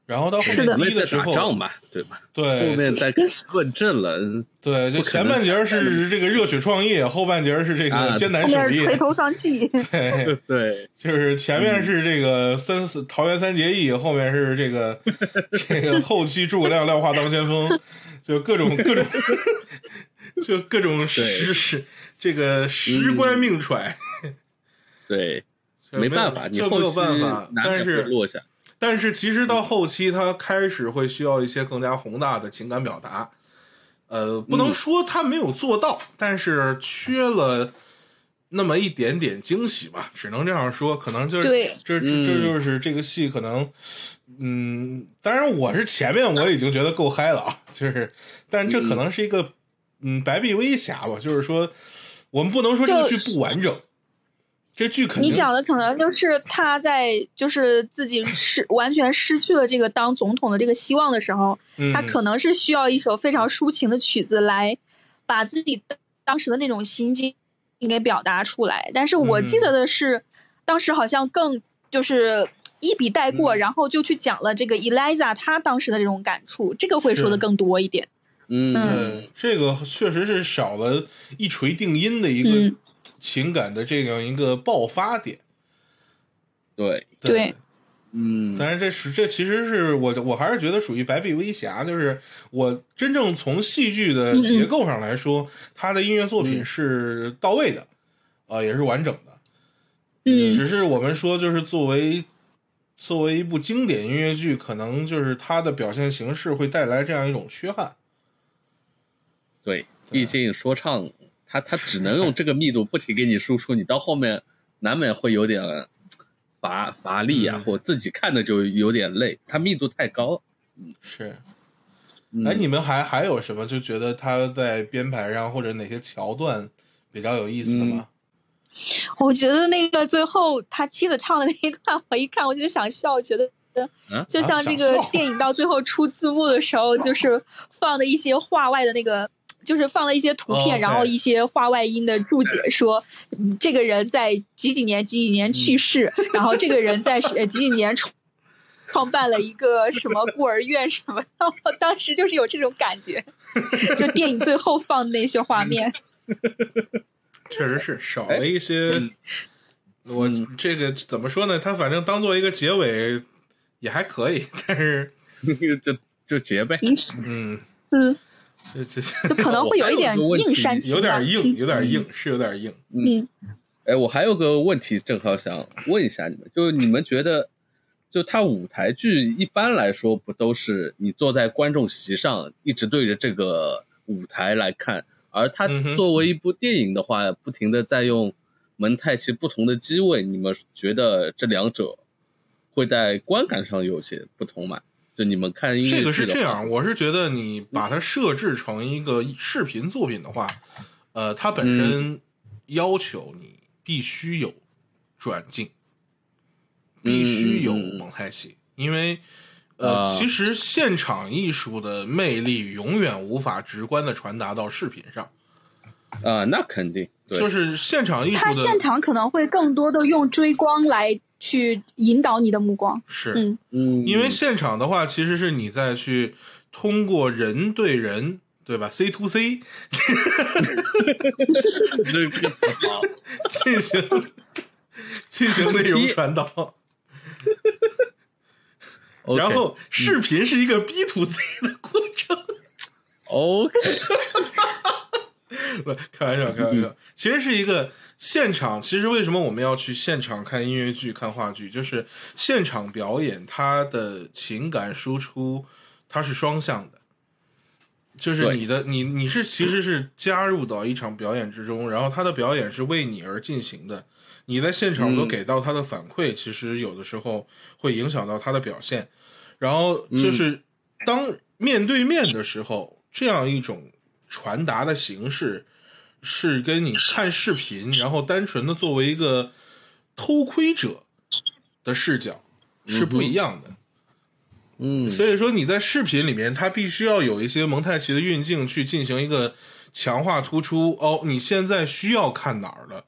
然后到后是的面因低为在时打候，仗嘛，对吧？对后面再 [LAUGHS] 论 [LAUGHS] 证了，嗯对，就不可前能半截儿是这个热血创业，后半截儿是这个啊艰难后守面业垂。头丧 [LAUGHS] 气。对对，就是前嗯面是这个三四桃园三结义，后面是这 [LAUGHS] 个这个后期诸葛亮廖化当先锋，就各种 [LAUGHS] 各种就各种时时这个时乖命揣，对，嗯没办法，你就后没有期办法。难但免会是落下。但是其实到后期，他开始会需要一些更加宏大的情感表达，呃，不能说他没有做到，但是缺了那么一点点惊喜吧，只能这样说。可能就是对这这这就是这个戏可能，嗯，当然我是前面我已经觉得够嗨了啊，就是，但这可能是一个嗯白璧微瑕吧，就是说我们不能说这个剧就不完整，这剧肯定 [LAUGHS] 你讲的可能就是他在就是自己失完全失去了这个当总统的这个希望的时候，嗯他可能是需要一首非常抒情的曲子来把自己当时的那种心境给表达出来。但是我嗯记得的是，当时好像更就是一笔带过，嗯然后就去讲了这个 Eliza 她当时的这种感触，这个会说的更多一点。嗯嗯嗯，这个确实是少了一锤定音的一嗯个情感的这样一个爆发点。对，对嗯，但是这是这其实是我我还是觉得属于白璧微瑕，就是我真正从戏剧的嗯嗯嗯结构上来说，他的音乐作品是到位的，呃，也是完整的。嗯只是我们说，就是作为作为一部经典音乐剧，可能就是它的表现形式会带来这样一种缺憾。对，毕竟说唱，它它只能用这个密度不停给你输出，你到后面难免会有点乏乏力啊，嗯或自己看的就有点累，它密度太高。嗯、哎，你们还还有什么就觉得他在编排上或者哪些桥段比较有意思的嗯吗？我觉得那个最后他妻子唱的那一段，我一看我就想笑，觉得。啊就像这啊个想笑电影到最后出字幕的时候，就是放的一些话外的那个，就是放了一些图哦片，对然后一些话外音的注解，说嗯这个人在几几年几几年去世，然后这个人在是呃几几年创创办了一个什么孤儿院什么的，我当时就是有这种感觉，就电影最后放的那些画面，确实是少了一些。嗯我哎嗯这个怎么说呢？他反正当做一个结尾也还可以，但是 [LAUGHS] 就就结呗，嗯，嗯，这这就可能会有一点我还有一个问题硬煽情吧，有点硬，有点硬，是有点硬。嗯，哎，我还有个问题，正好想问一下你们，就是你们觉得，就它舞台剧一般来说不都是你坐在观众席上，一直对着这个舞台来看，而它嗯哼作为一部电影的话，不停的在用蒙太奇不同的机位，你们觉得这两者会在观感上有些不同吗？就你们看音乐剧这个是的这话样，我是觉得你把它设置成一个视频作品的话，呃，它本嗯身要求你必须有转镜，必须有嗯嗯嗯蒙太奇，因为呃，啊其实现场艺术的魅力永远无法直观的传达到视频上，啊、那肯定对，就是现场艺术他现的场可能会更多的用追光来去引导你的目光。是，嗯嗯，因 [LAUGHS] 为现场的话，其实是你在去通过人对人，对吧？C to C 这个词好，进行 [LAUGHS] 进行内容传导，然后嗯视频是一个 B to C 的过程。 OK，不，开玩笑，开玩嗯笑，其实是一个现场。其实为什么我们要去现场看音乐剧、看话剧，就是现场表演，它的情感输出它是双向的，就是对你的你你是其实是加入到一场表演之中，然后他的表演是为你而进行的。你在现场所嗯给到他的反馈，其实有的时候会影响到他的表现。然后就是当面对面的时候，这样一种传达的形式是跟你看视频，然后单纯的作为一个偷窥者的视角是不一样的。嗯，所以说你在视频里面，它必须要有一些蒙太奇的运镜去进行一个强化突出。哦，你现在需要看哪儿了？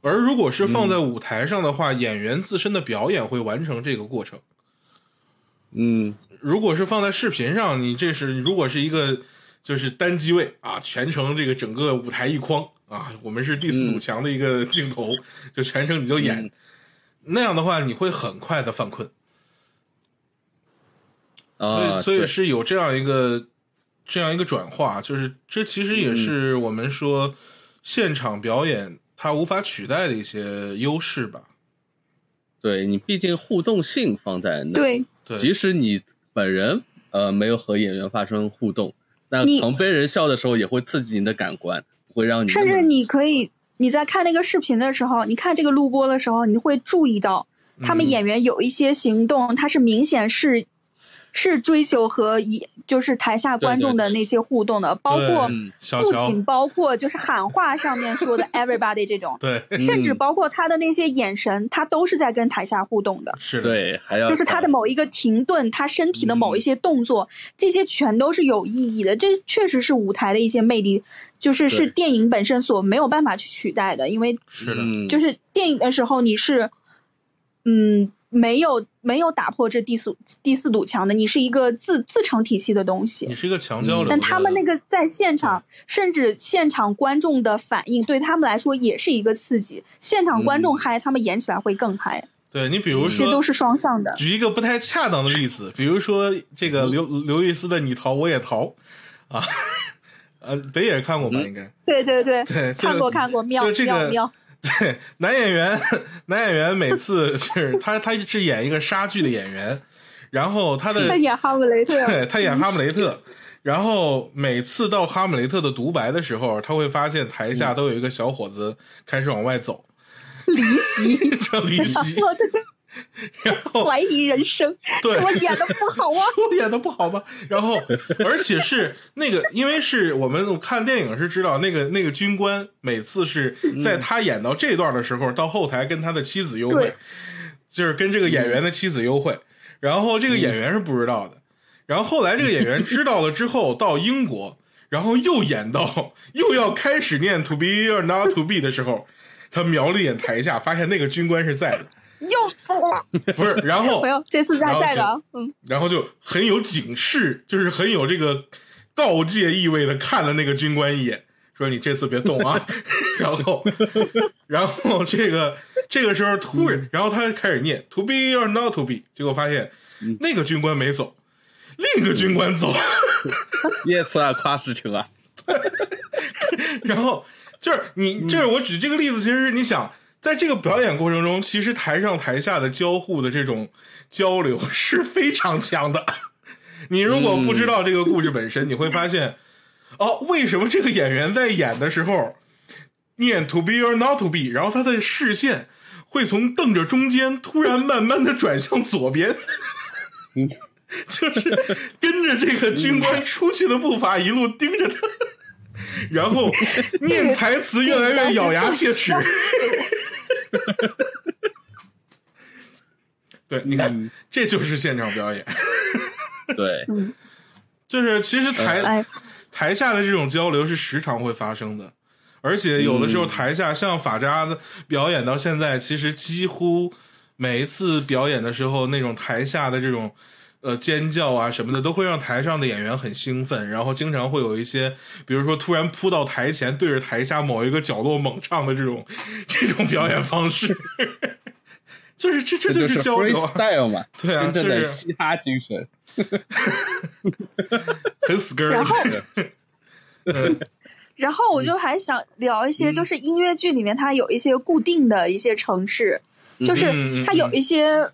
而如果是放在舞台上的话，演员自身的表演会完成这个过程。嗯如果是放在视频上，你这是如果是一个就是单机位啊，全程这个整个舞台一框啊，我们是第四堵墙的一个镜头，就全程你就演、嗯那样的话，你会很快的犯困，所以、啊，所以对是有这样一个这样一个转化，就是这其实也嗯是我们说现场表演它无法取代的一些优势吧。对你毕竟互动性嗯放在那，，对，对，即使你本人呃没有和演员发生互动，那你曾被人笑的时候也会刺激你的感官，不嗯会让你甚那至么你可以你在看那个视频的时候，你看这个录播的时候，你会注意到他们嗯演员有一些行动，他是明显是是追求和一就是台下观众的那些互动的，包括对嗯小不乔，仅包括就是喊话上面说的 [LAUGHS] everybody 这种，对，甚至嗯包括他的那些眼神，他都是在跟台下互动的。是的，对，还要就是他的搞某一个停顿，他身体的嗯某一些动作，这些全都是有意义的。这确实是舞台的一些魅力，就是是对电影本身所没有办法去取代的，因为是的，嗯就是电影的时候你是，嗯，没有没有打破这第四第四堵墙的，你是一个自自成体系的东你嗯西。是一个强交流的，但他们那个在现场，甚至现场观众的反应，对他们来说也是一个刺激。现场观众嗯嗨，他们演起来会更嗨，对你比如这都说。是双向的。举一个不太恰当的例子，比如说这个刘刘易斯的《你逃我也逃》，啊， [LAUGHS] 呃，北野看过吧？嗯应该对对对， [LAUGHS] 对这看个 [LAUGHS] 过看过，妙就这妙个妙，对，男演员，男演员每次是 [LAUGHS] 他，他是演一个杀剧的演员，然后他的他演哎哈姆雷特， [LAUGHS] 对，他演哈姆雷特。然后每次到哈姆雷特的独白的时候，他会发现台下都有一个小伙子开始往外走，离席， [LAUGHS] 这离席。我的天 [LAUGHS] 然后怀疑人生，对， [LAUGHS] 我演的不好啊，我 [LAUGHS] 演的不好吗？然后，而且是那个，因为是我们我看电影是知道，那个那个军官每次是在他演到这段的时候，到后台跟他的妻子幽会对，就是跟这个演员的妻子幽会。然后这个演员是不知道的，然后后来这个演员知道了之后，到英国，然后又演到 [LAUGHS] 又要开始念 “to be or not to be” 的时候，他瞄了一眼台下，发现那个军官是在又走了，的，不是，然后我要这次再然后再行了啊，嗯，然后就很有警示，就是很有这个告诫意味的看了那个军官一眼，说你这次别动啊。然后，然后这个这个时候突然，然后他开始念 “to be or not to be”，结果发现那个军官没走，另一个军官走， yes 啊，夸事情啊，然后就是你，就是我举这个例子，其实是你想。在这个表演过程中，其实台上台下的交互的这种交流是非常强的。 [LAUGHS] 你如果不知道这个故事本身，你会发现，哦，为什么这个演员在演的时候念 “to be or not to be”，然后他的视线会从瞪着中间突然慢慢的转向左边， [LAUGHS] 嗯就是跟着这个军官出去的步伐一路盯着他，然后念台词越来越咬牙切齿。对，你看嗯，这就是现场表演，对，就是其实台、嗯哎，台下的这种交流是时常会发生的，而且有的时候嗯台下像法扎子表演到现在，其实几乎每一次表演的时候，那种台下的这种呃尖叫啊什么的，都会让台上的演员很兴奋，然后经常会有一些，比如说突然扑到台前，对着台下某一个角落猛唱的这种这种表演方式。 [LAUGHS] 就是这，这这就是是交流啊， freestyle 嘛，对啊，真就正的是嘻哈精神，很 skr。然后嗯然后我就还想聊一些，就是音乐剧里面它有一些固定的一些程式，嗯就嗯嗯是它有一些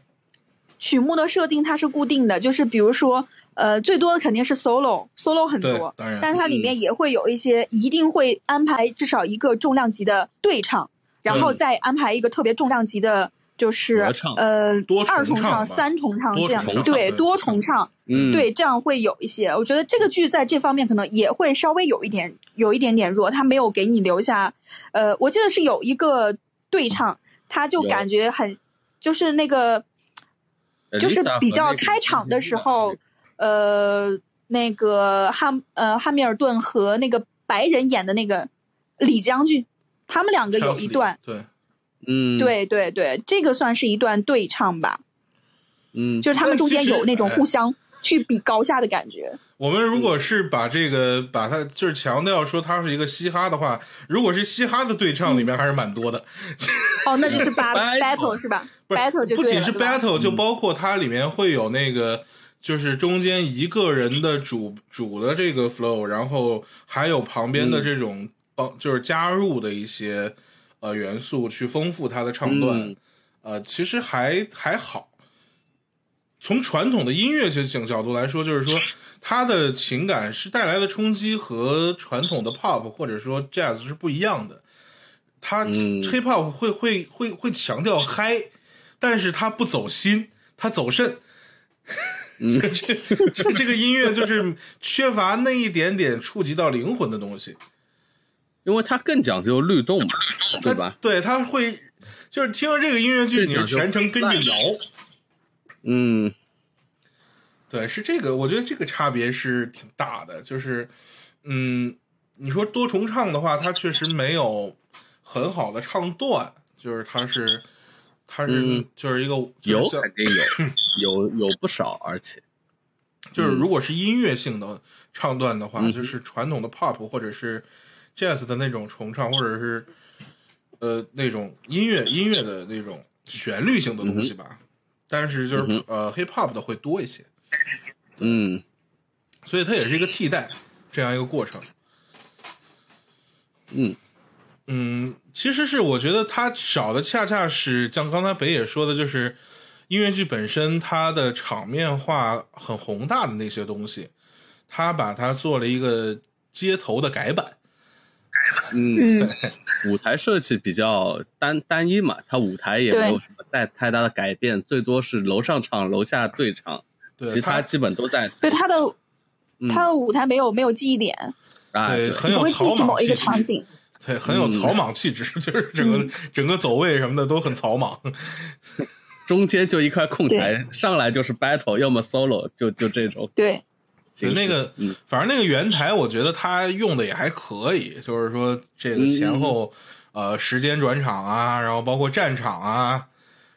曲目的设定它是固定的，就是比如说。呃，最多的肯定是 solo，solo 很对多，当然但是它里嗯面也会有一些，一定会安排至少一个重量级的对唱，然后嗯再安排一个特别重量级的，就是合唱呃多重二重唱吧唱、三重唱多这样重唱，对对，多重唱，嗯，对，这样会有一些。我觉得这个剧在这方面可能也会稍微有一点，有一点点弱，它没有给你留下。呃，我记得是有一个对唱，他就有感觉很，就是那个，呃就是 Lisa 比和较那个开场的时候，呃，那个汉呃汉密尔顿和那个白人演的那个李将军，他们两个有一段，，对，嗯，，对对对，这个算是一段对唱吧，嗯，就是他但们中其间实有那种哎互相去比高下的感 [LAUGHS] 觉。我们如果是把这嗯个把它就是强调说它是一个嘻哈的话，如果是嘻哈的对唱里面还是蛮多的，哦，那就是 b a Battle battle 是吧不是？battle 就不对仅了是对吧嗯 battle，就包括它里面会有那个就是中间一个人的主主的这个 flow，然后还有旁边嗯的这种帮就是加入的一些呃元素去丰富它的唱段嗯，呃，其实还还好，从传统的音乐学性角度来说，就是说它的情感是带来的冲击和传统的 pop 或者说 jazz 是不一样的。它嗯 hip hop 会会会会强调嗨，但是它不走心，它走肾。嗯 [LAUGHS] 这这这个音乐就是缺乏那一点点触及到灵魂的东西。因为它更讲究律动嘛，对吧？对，他会就是听了这个音乐剧，对你是讲究全程跟着摇。嗯，对，是这个，我觉得这个差别是挺大的。就是，嗯，你说多重唱的话，它确实没有很好的唱段，就是它是它是、嗯就是一个就是有像肯定 [LAUGHS] 有，有有不少，而且就是如果是音乐性的唱段的话，嗯就是传统的 pop 或者是 jazz 的那种重唱，或者是呃那种音乐音乐的那种旋律性的东西吧。但是就是、嗯呃 hip hop 的会多一些，嗯，所以它也是一个替代这样一个过程。嗯嗯，其实是我觉得它少的恰恰是像刚才北野说的，就是音乐剧本身它的场面化很宏大的那些东西，他把它做了一个街头的改版。嗯，嗯，舞台设计比较单单一嘛，它舞台也对没有什么太太大的改变，最多是楼上唱，楼下对唱，对，其他基本都在对他的嗯他的舞台没有没有记忆点，啊，对很你有不会草记起莽某一气个质场景。对很有嗯草莽气质， [LAUGHS] 就是整个、整个走位什么的都很草莽。中间就一块空台，上来就是 battle，要么 solo，就就这种对，对形式。那个嗯，反正那个圆台，我觉得他用的也还可以，就是说这个嗯前后、呃时间转场啊，然后包括战场啊，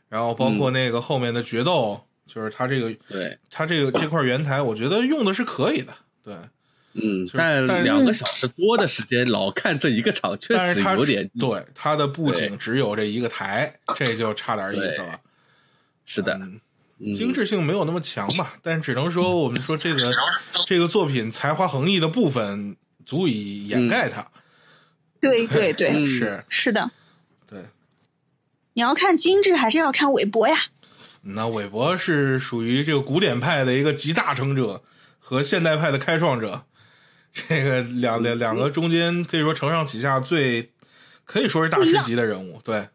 然后包嗯括那个后面的决斗，就是他这个对，他这个这块圆台，我觉得用的是可以的，对。嗯是，但是但两个小时多的时间，老看这一个场，确但实是他有点对他的布对景只有这一个台，这就差点意思了。是的，嗯嗯精致性没有那么强吧，但只能说我们说 [LAUGHS] 这个这个作品才华横溢的部分足以掩盖它。对对对，嗯是是的。对。你要看精致还是要看韦伯呀？那韦伯是属于这个古典派的一个集大成者和现代派的开创者，这个两两两个中间可以说承上启下，最可以说是大师级的人物。对，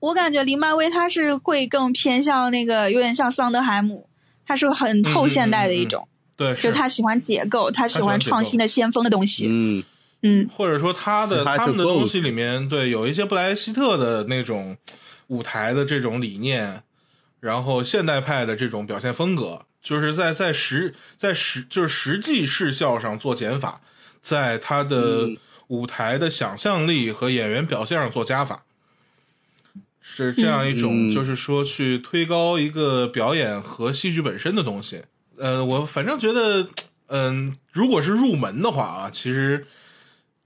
我感觉林漫威他是会更偏向那个，有点像桑德海姆，他是嗯很后现代的一种，对，就是是他喜欢解构，他喜嗯喜欢欢解创构新的先锋的东西。嗯嗯，或者说他的其他就他们的够东西里面，对，有一些布莱希特的那种舞台的这种理念，然后现代派的这种表现风格，就是在在实在实就是实际视效上做减法，在他的嗯舞台的想象力和演员表现上做加法。是这样一种，嗯就是说去推高一个表演和戏剧本身的东西。呃，我反正觉得，嗯，如果是入门的话啊，其实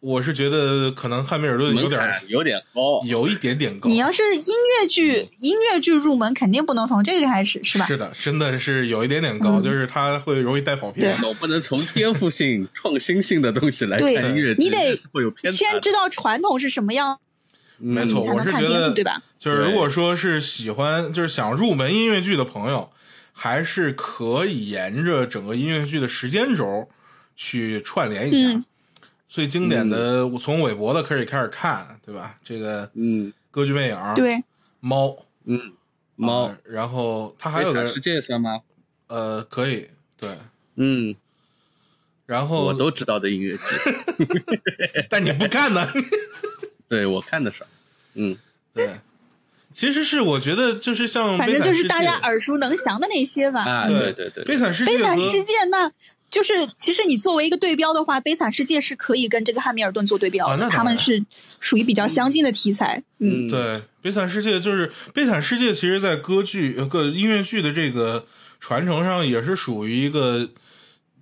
我是觉得可能汉密尔顿有门点儿槛有点高，有一点点高。你要是音乐剧，音乐剧入门肯定不能从这个开始，是嗯吧？是的，真的是有一点点高，嗯就是他会容易带跑偏对。总不能从颠覆性、创新性的东西来对看音乐剧，你得会有偏差先的。嗯知道传统是什么样，没错才我能是看觉颠得覆，对吧？就是如对果说是喜欢，就是想入门音乐剧的朋友，还是可以沿着整个音乐剧的时间轴去串联一下。嗯最经典的，我从韦伯的可以开始看，对吧？这个《嗯歌剧魅影》、《对，猫》、嗯，猫啊，然后他还有非个常世界算吗？呃，可以对，嗯，然后我都知道的音乐剧， [LAUGHS] 但你不看 [LAUGHS] 呢？对我看的少。嗯，对，其实是我觉得就是像反正悲惨就世是界哎大家耳熟能详的那些吧。啊，对对对对，悲惨世悲界惨和世界那。就是，其实你作为一个对标的话，《悲惨世界》是可以跟这个汉密尔顿做对标啊那的，当他们然是属于比较相近的题材。嗯，嗯，对悲惨世界就是悲惨世界，其实在歌剧呃个音乐剧的这个传承上也是属于一个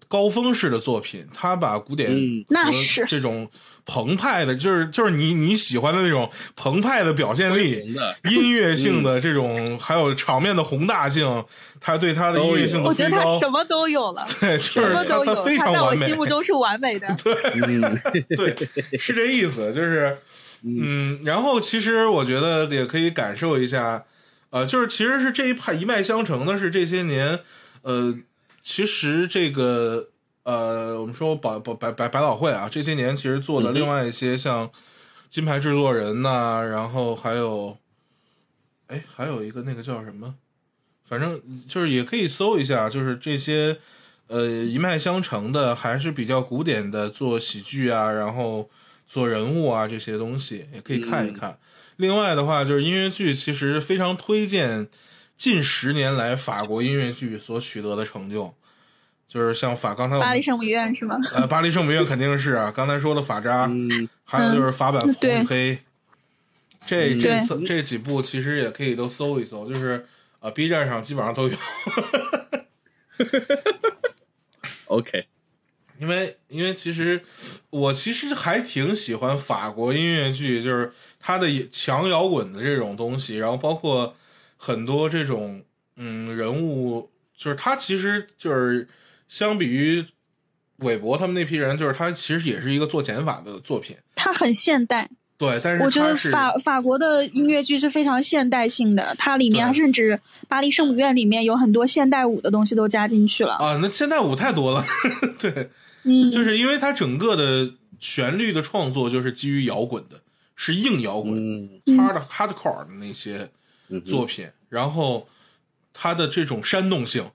高峰式的作品，他把古典嗯那和是这种澎湃的，就是就是你你喜欢的那种澎湃的表现力，红的，嗯音乐性的这种，还有场面的宏大性，他对他的音乐性的我觉推得他高，什么都有了，对， [LAUGHS] 就什是么他都他有，非常在我完美心，目中是完美的。嗯 [LAUGHS] 对， [LAUGHS] 是这意思， [LAUGHS] 就是嗯，然后其实我觉得也可以感受一下，呃，就是其实是这一派一脉相承的，是这些年呃，其实这个呃，我们说百百百百百老汇啊，这些年其实做的嗯哼另外一些像金牌制作人呐、然后还有，哎，还有一个那个叫什么，反正就是也可以搜一下，就是这些呃一脉相承的，还是比较古典的做喜剧啊，然后做人物啊这些东西，也可以看嗯一看。另外的话，就是音乐剧，其实非常推荐近十年来法国音乐剧所取得的成就，就是像法刚才我们巴黎圣母院是吗？呃巴黎圣母院肯定是啊，刚才说的法扎，嗯，还有就是法版嗯红与黑，这嗯这对次这几部其实也可以都搜一搜，就是呃 B 站上基本上都有， OK，因为因为其实我其实还挺喜欢法国音乐剧，就是它的强摇滚的这种东西，然后包括很多这种嗯人物，就是他其实就是相比于韦伯他们那批人，就是他其实也是一个做减法的作品，它很现代，对，但我是觉他得是法法国的音乐剧是非常现代性的，它里面对甚至《巴黎圣母院》里面有很多现代舞的东西都加进去了。啊，那现代舞太多了， [LAUGHS] 对，嗯，就是因为它整个的旋律的创作就是基于摇滚的，是硬摇滚、嗯，嗯 hard hardcore 的那些。嗯作品，然后它的这种煽动性、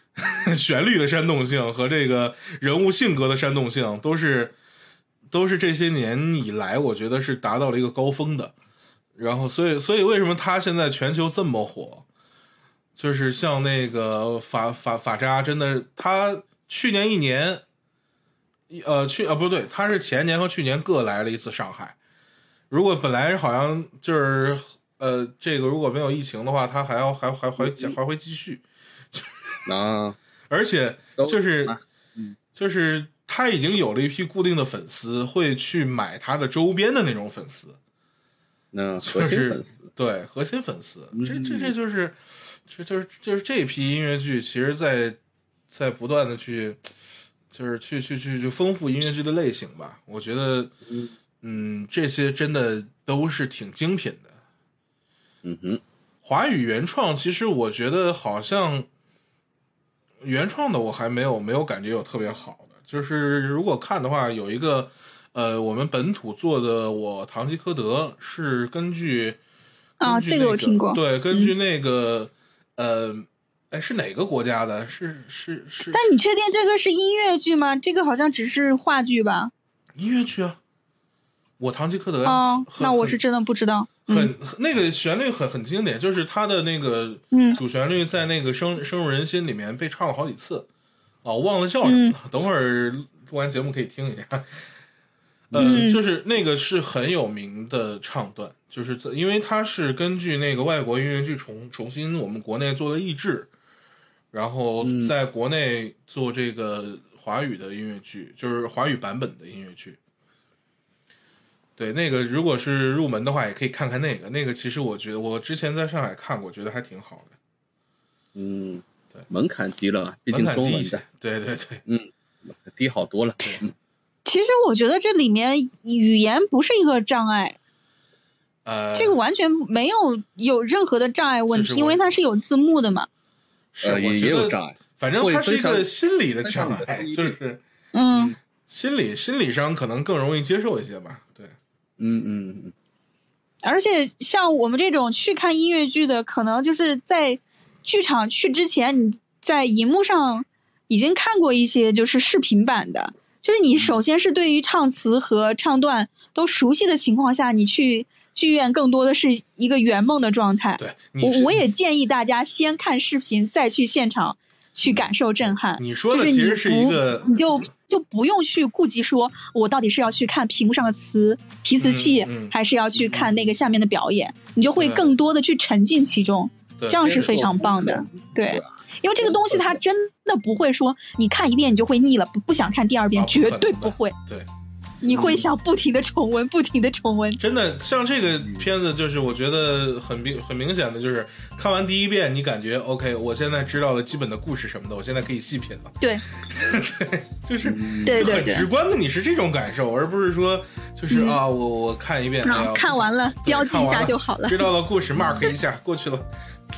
[LAUGHS] 旋律的煽动性和这个人物性格的煽动性，都是都是这些年以来，我觉得是达到了一个高峰的。然后，所以，所以为什么他现在全球这么火？就是像那个法法法扎，真的，他去年一年，一呃，去啊不对，他是前年和去年各来了一次上海。如果本来好像就是呃，这个如果没有疫情的话，他还要还还还嗯还会继续，啊，而且都就是啊嗯就是他已经有了一批固定的粉丝，会去买他的周边的那种粉丝，那就核心是粉丝，对核心粉丝，这这嗯这就是这就是就是这批音乐剧，其实在在不断的去就是去去去去丰富音乐剧的类型吧，我觉得嗯嗯，这些真的都是挺精品的。嗯哼，华语原创，其实我觉得好像原创的我还没有没有感觉有特别好的，就是如果看的话，有一个呃我们本土做的《我堂吉诃德》是根据啊根据这个那我听过对，根据那个、呃，哎是哪个国家的？是是是但你确定这个是音乐剧吗？这个好像只是话剧吧？音乐剧啊，《我堂吉诃德》哦，很那我很是真的不知道。嗯很那个旋律很很经典，就是它的那个嗯主旋律在那个深深入人心里面被唱了好几次，哦，忘了叫什么了，嗯等会儿录完节目可以听一下。呃，嗯就是那个是很有名的唱段，就是在因为它是根据那个外国音乐剧重重新我们国内做的译制，然后嗯在国内做这个华语的音乐剧，就是华语版本的音乐剧。对，那个如果是入门的话，也可以看看那个。那个其实我觉得我之前在上海看过，觉得还挺好的，嗯对，门槛低了，毕门竟槛中低一文些的。对对对，低好多了。嗯其实我觉得这里面语言不是一个障碍，呃，这个完全没有有任何的障碍问这是题，我因为它是有字幕的嘛。嗯是呃，也也有障碍，碍。反正它是一个心理的障会分碍，享就是嗯，心理心理上可能更容易接受一些吧。对，嗯嗯嗯，而且像我们这种去看音乐剧的，可能就是在剧场去之前，你在荧幕上已经看过一些就是视频版的，就是嗯你首先是对于唱词和唱段都熟悉的情况下，你去剧院更多的是一个圆梦的状态。对，你我是我也建议大家先看视频，再去现场去感受震撼。你说的就是其实你是一不个你就就不用去顾及说我到底是要去看屏幕上的词提词器，嗯嗯还是要去看那个下面的表演，你就会对更多的去沉浸其中，对这样是接受非常棒的。对，啊因为这个东西它真的不会说你看一遍你就会腻了，不不想看第二遍，啊不绝可对能不的会。对。嗯你会想不停的重温，不停的重温。真的，像这个片子，就是我觉得很明很明显的，就是看完第一遍，你感觉 OK，我现在知道了基本的故事什么的，我现在可以细品了。对，就是嗯对就对很对嗯直观的，你是这种感受，而不是说就是啊，我我看一遍，哎呀看完了对标记看一完下了就好了。知道了故事 mark 一下过去了。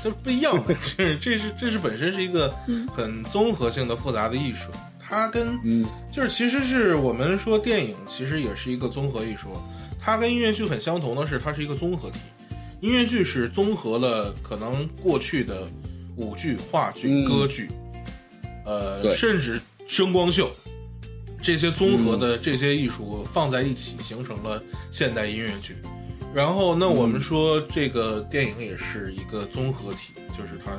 这不一样的，这这是这是本身是一个嗯很综合性的复杂的艺术，它跟嗯就是其实是我们说电影其实也是一个综合艺术，它跟音乐剧很相同的是，它是一个综合体。音乐剧是综合了可能过去的舞剧、话剧、嗯歌剧，对呃，甚至声光秀这些综合的这些艺术放在一起，形成了现代音乐剧。然后，那我们说这个电影也是一个综合体，就是它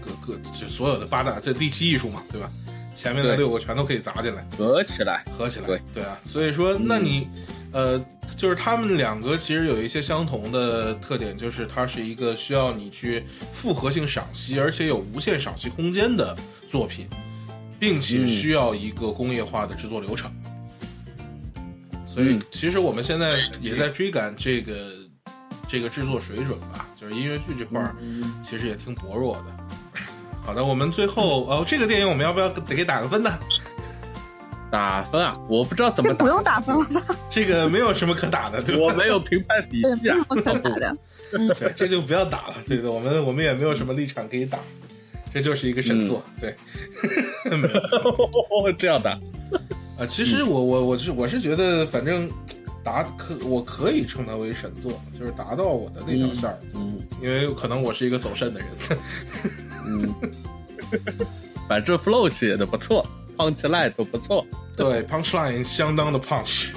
各各就所有的八大这第七艺术嘛，对吧？前面的对六个全都可以砸进来。合起来，合起来，对啊，所以说，那你，呃，就是他们两个其实有一些相同的特点，就是它是一个需要你去复合性赏析，而且有无限赏析空间的作品，并且嗯需要一个工业化的制作流程。所以嗯，其实我们现在也在追赶这个这个制作水准吧，就是音乐剧这块儿，嗯其实也挺薄弱的。好的，我们最后哦，这个电影我们要不要得给打个分呢？打分啊，我不知道怎么这打不，用打分了吧？这个没有什么可打的， [LAUGHS] 对吧？我没有评判 [LAUGHS] 底对，不细啊用，打的。对，这就不要打了，对对，我们我们也没有什么立场可以打，这就是一个神作，嗯对， [LAUGHS] 没有啊、 [LAUGHS] 这样打，其嗯实我我我是我是觉得，反正达可我可以称它为神作，就是达到我的那条线儿，嗯因为可能我是一个走肾的人， [LAUGHS] 嗯，反正 flow 写的不错，punch line 都不错，对，punchline 相当的 punch，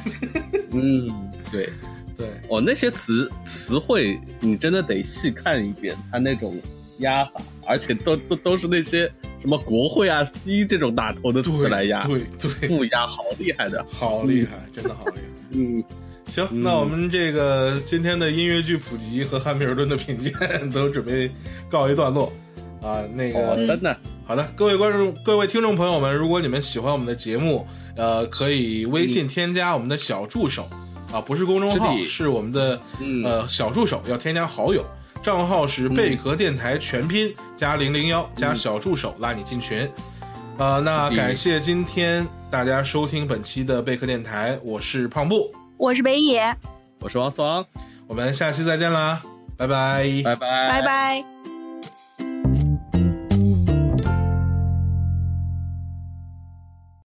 嗯，对， [LAUGHS] 对，哦，那些词词汇你真的得细看一遍，它那种压法，而且都都都是那些什么国会啊、C 这种打头的词对来压，对对， [LAUGHS] 不压好厉害的，好厉害，真的好厉害。嗯，行，嗯那我们这个今天的音乐剧普及和汉密尔顿的品鉴 [LAUGHS] 都准备告一段落啊。那个、哦，真的，好的，各位观众、各位听众朋友们，如果你们喜欢我们的节目，呃，可以微信添加我们的小助手、啊，不是公众号，是是的我们的嗯，呃小助手，要添加好友。账号是贝壳电台全拼加零零幺加小助手拉你进群，呃，那是的感谢今天大家收听本期的贝壳电台，我是胖布，我是北野，我是王双，我们下期再见啦，拜拜拜拜，拜拜。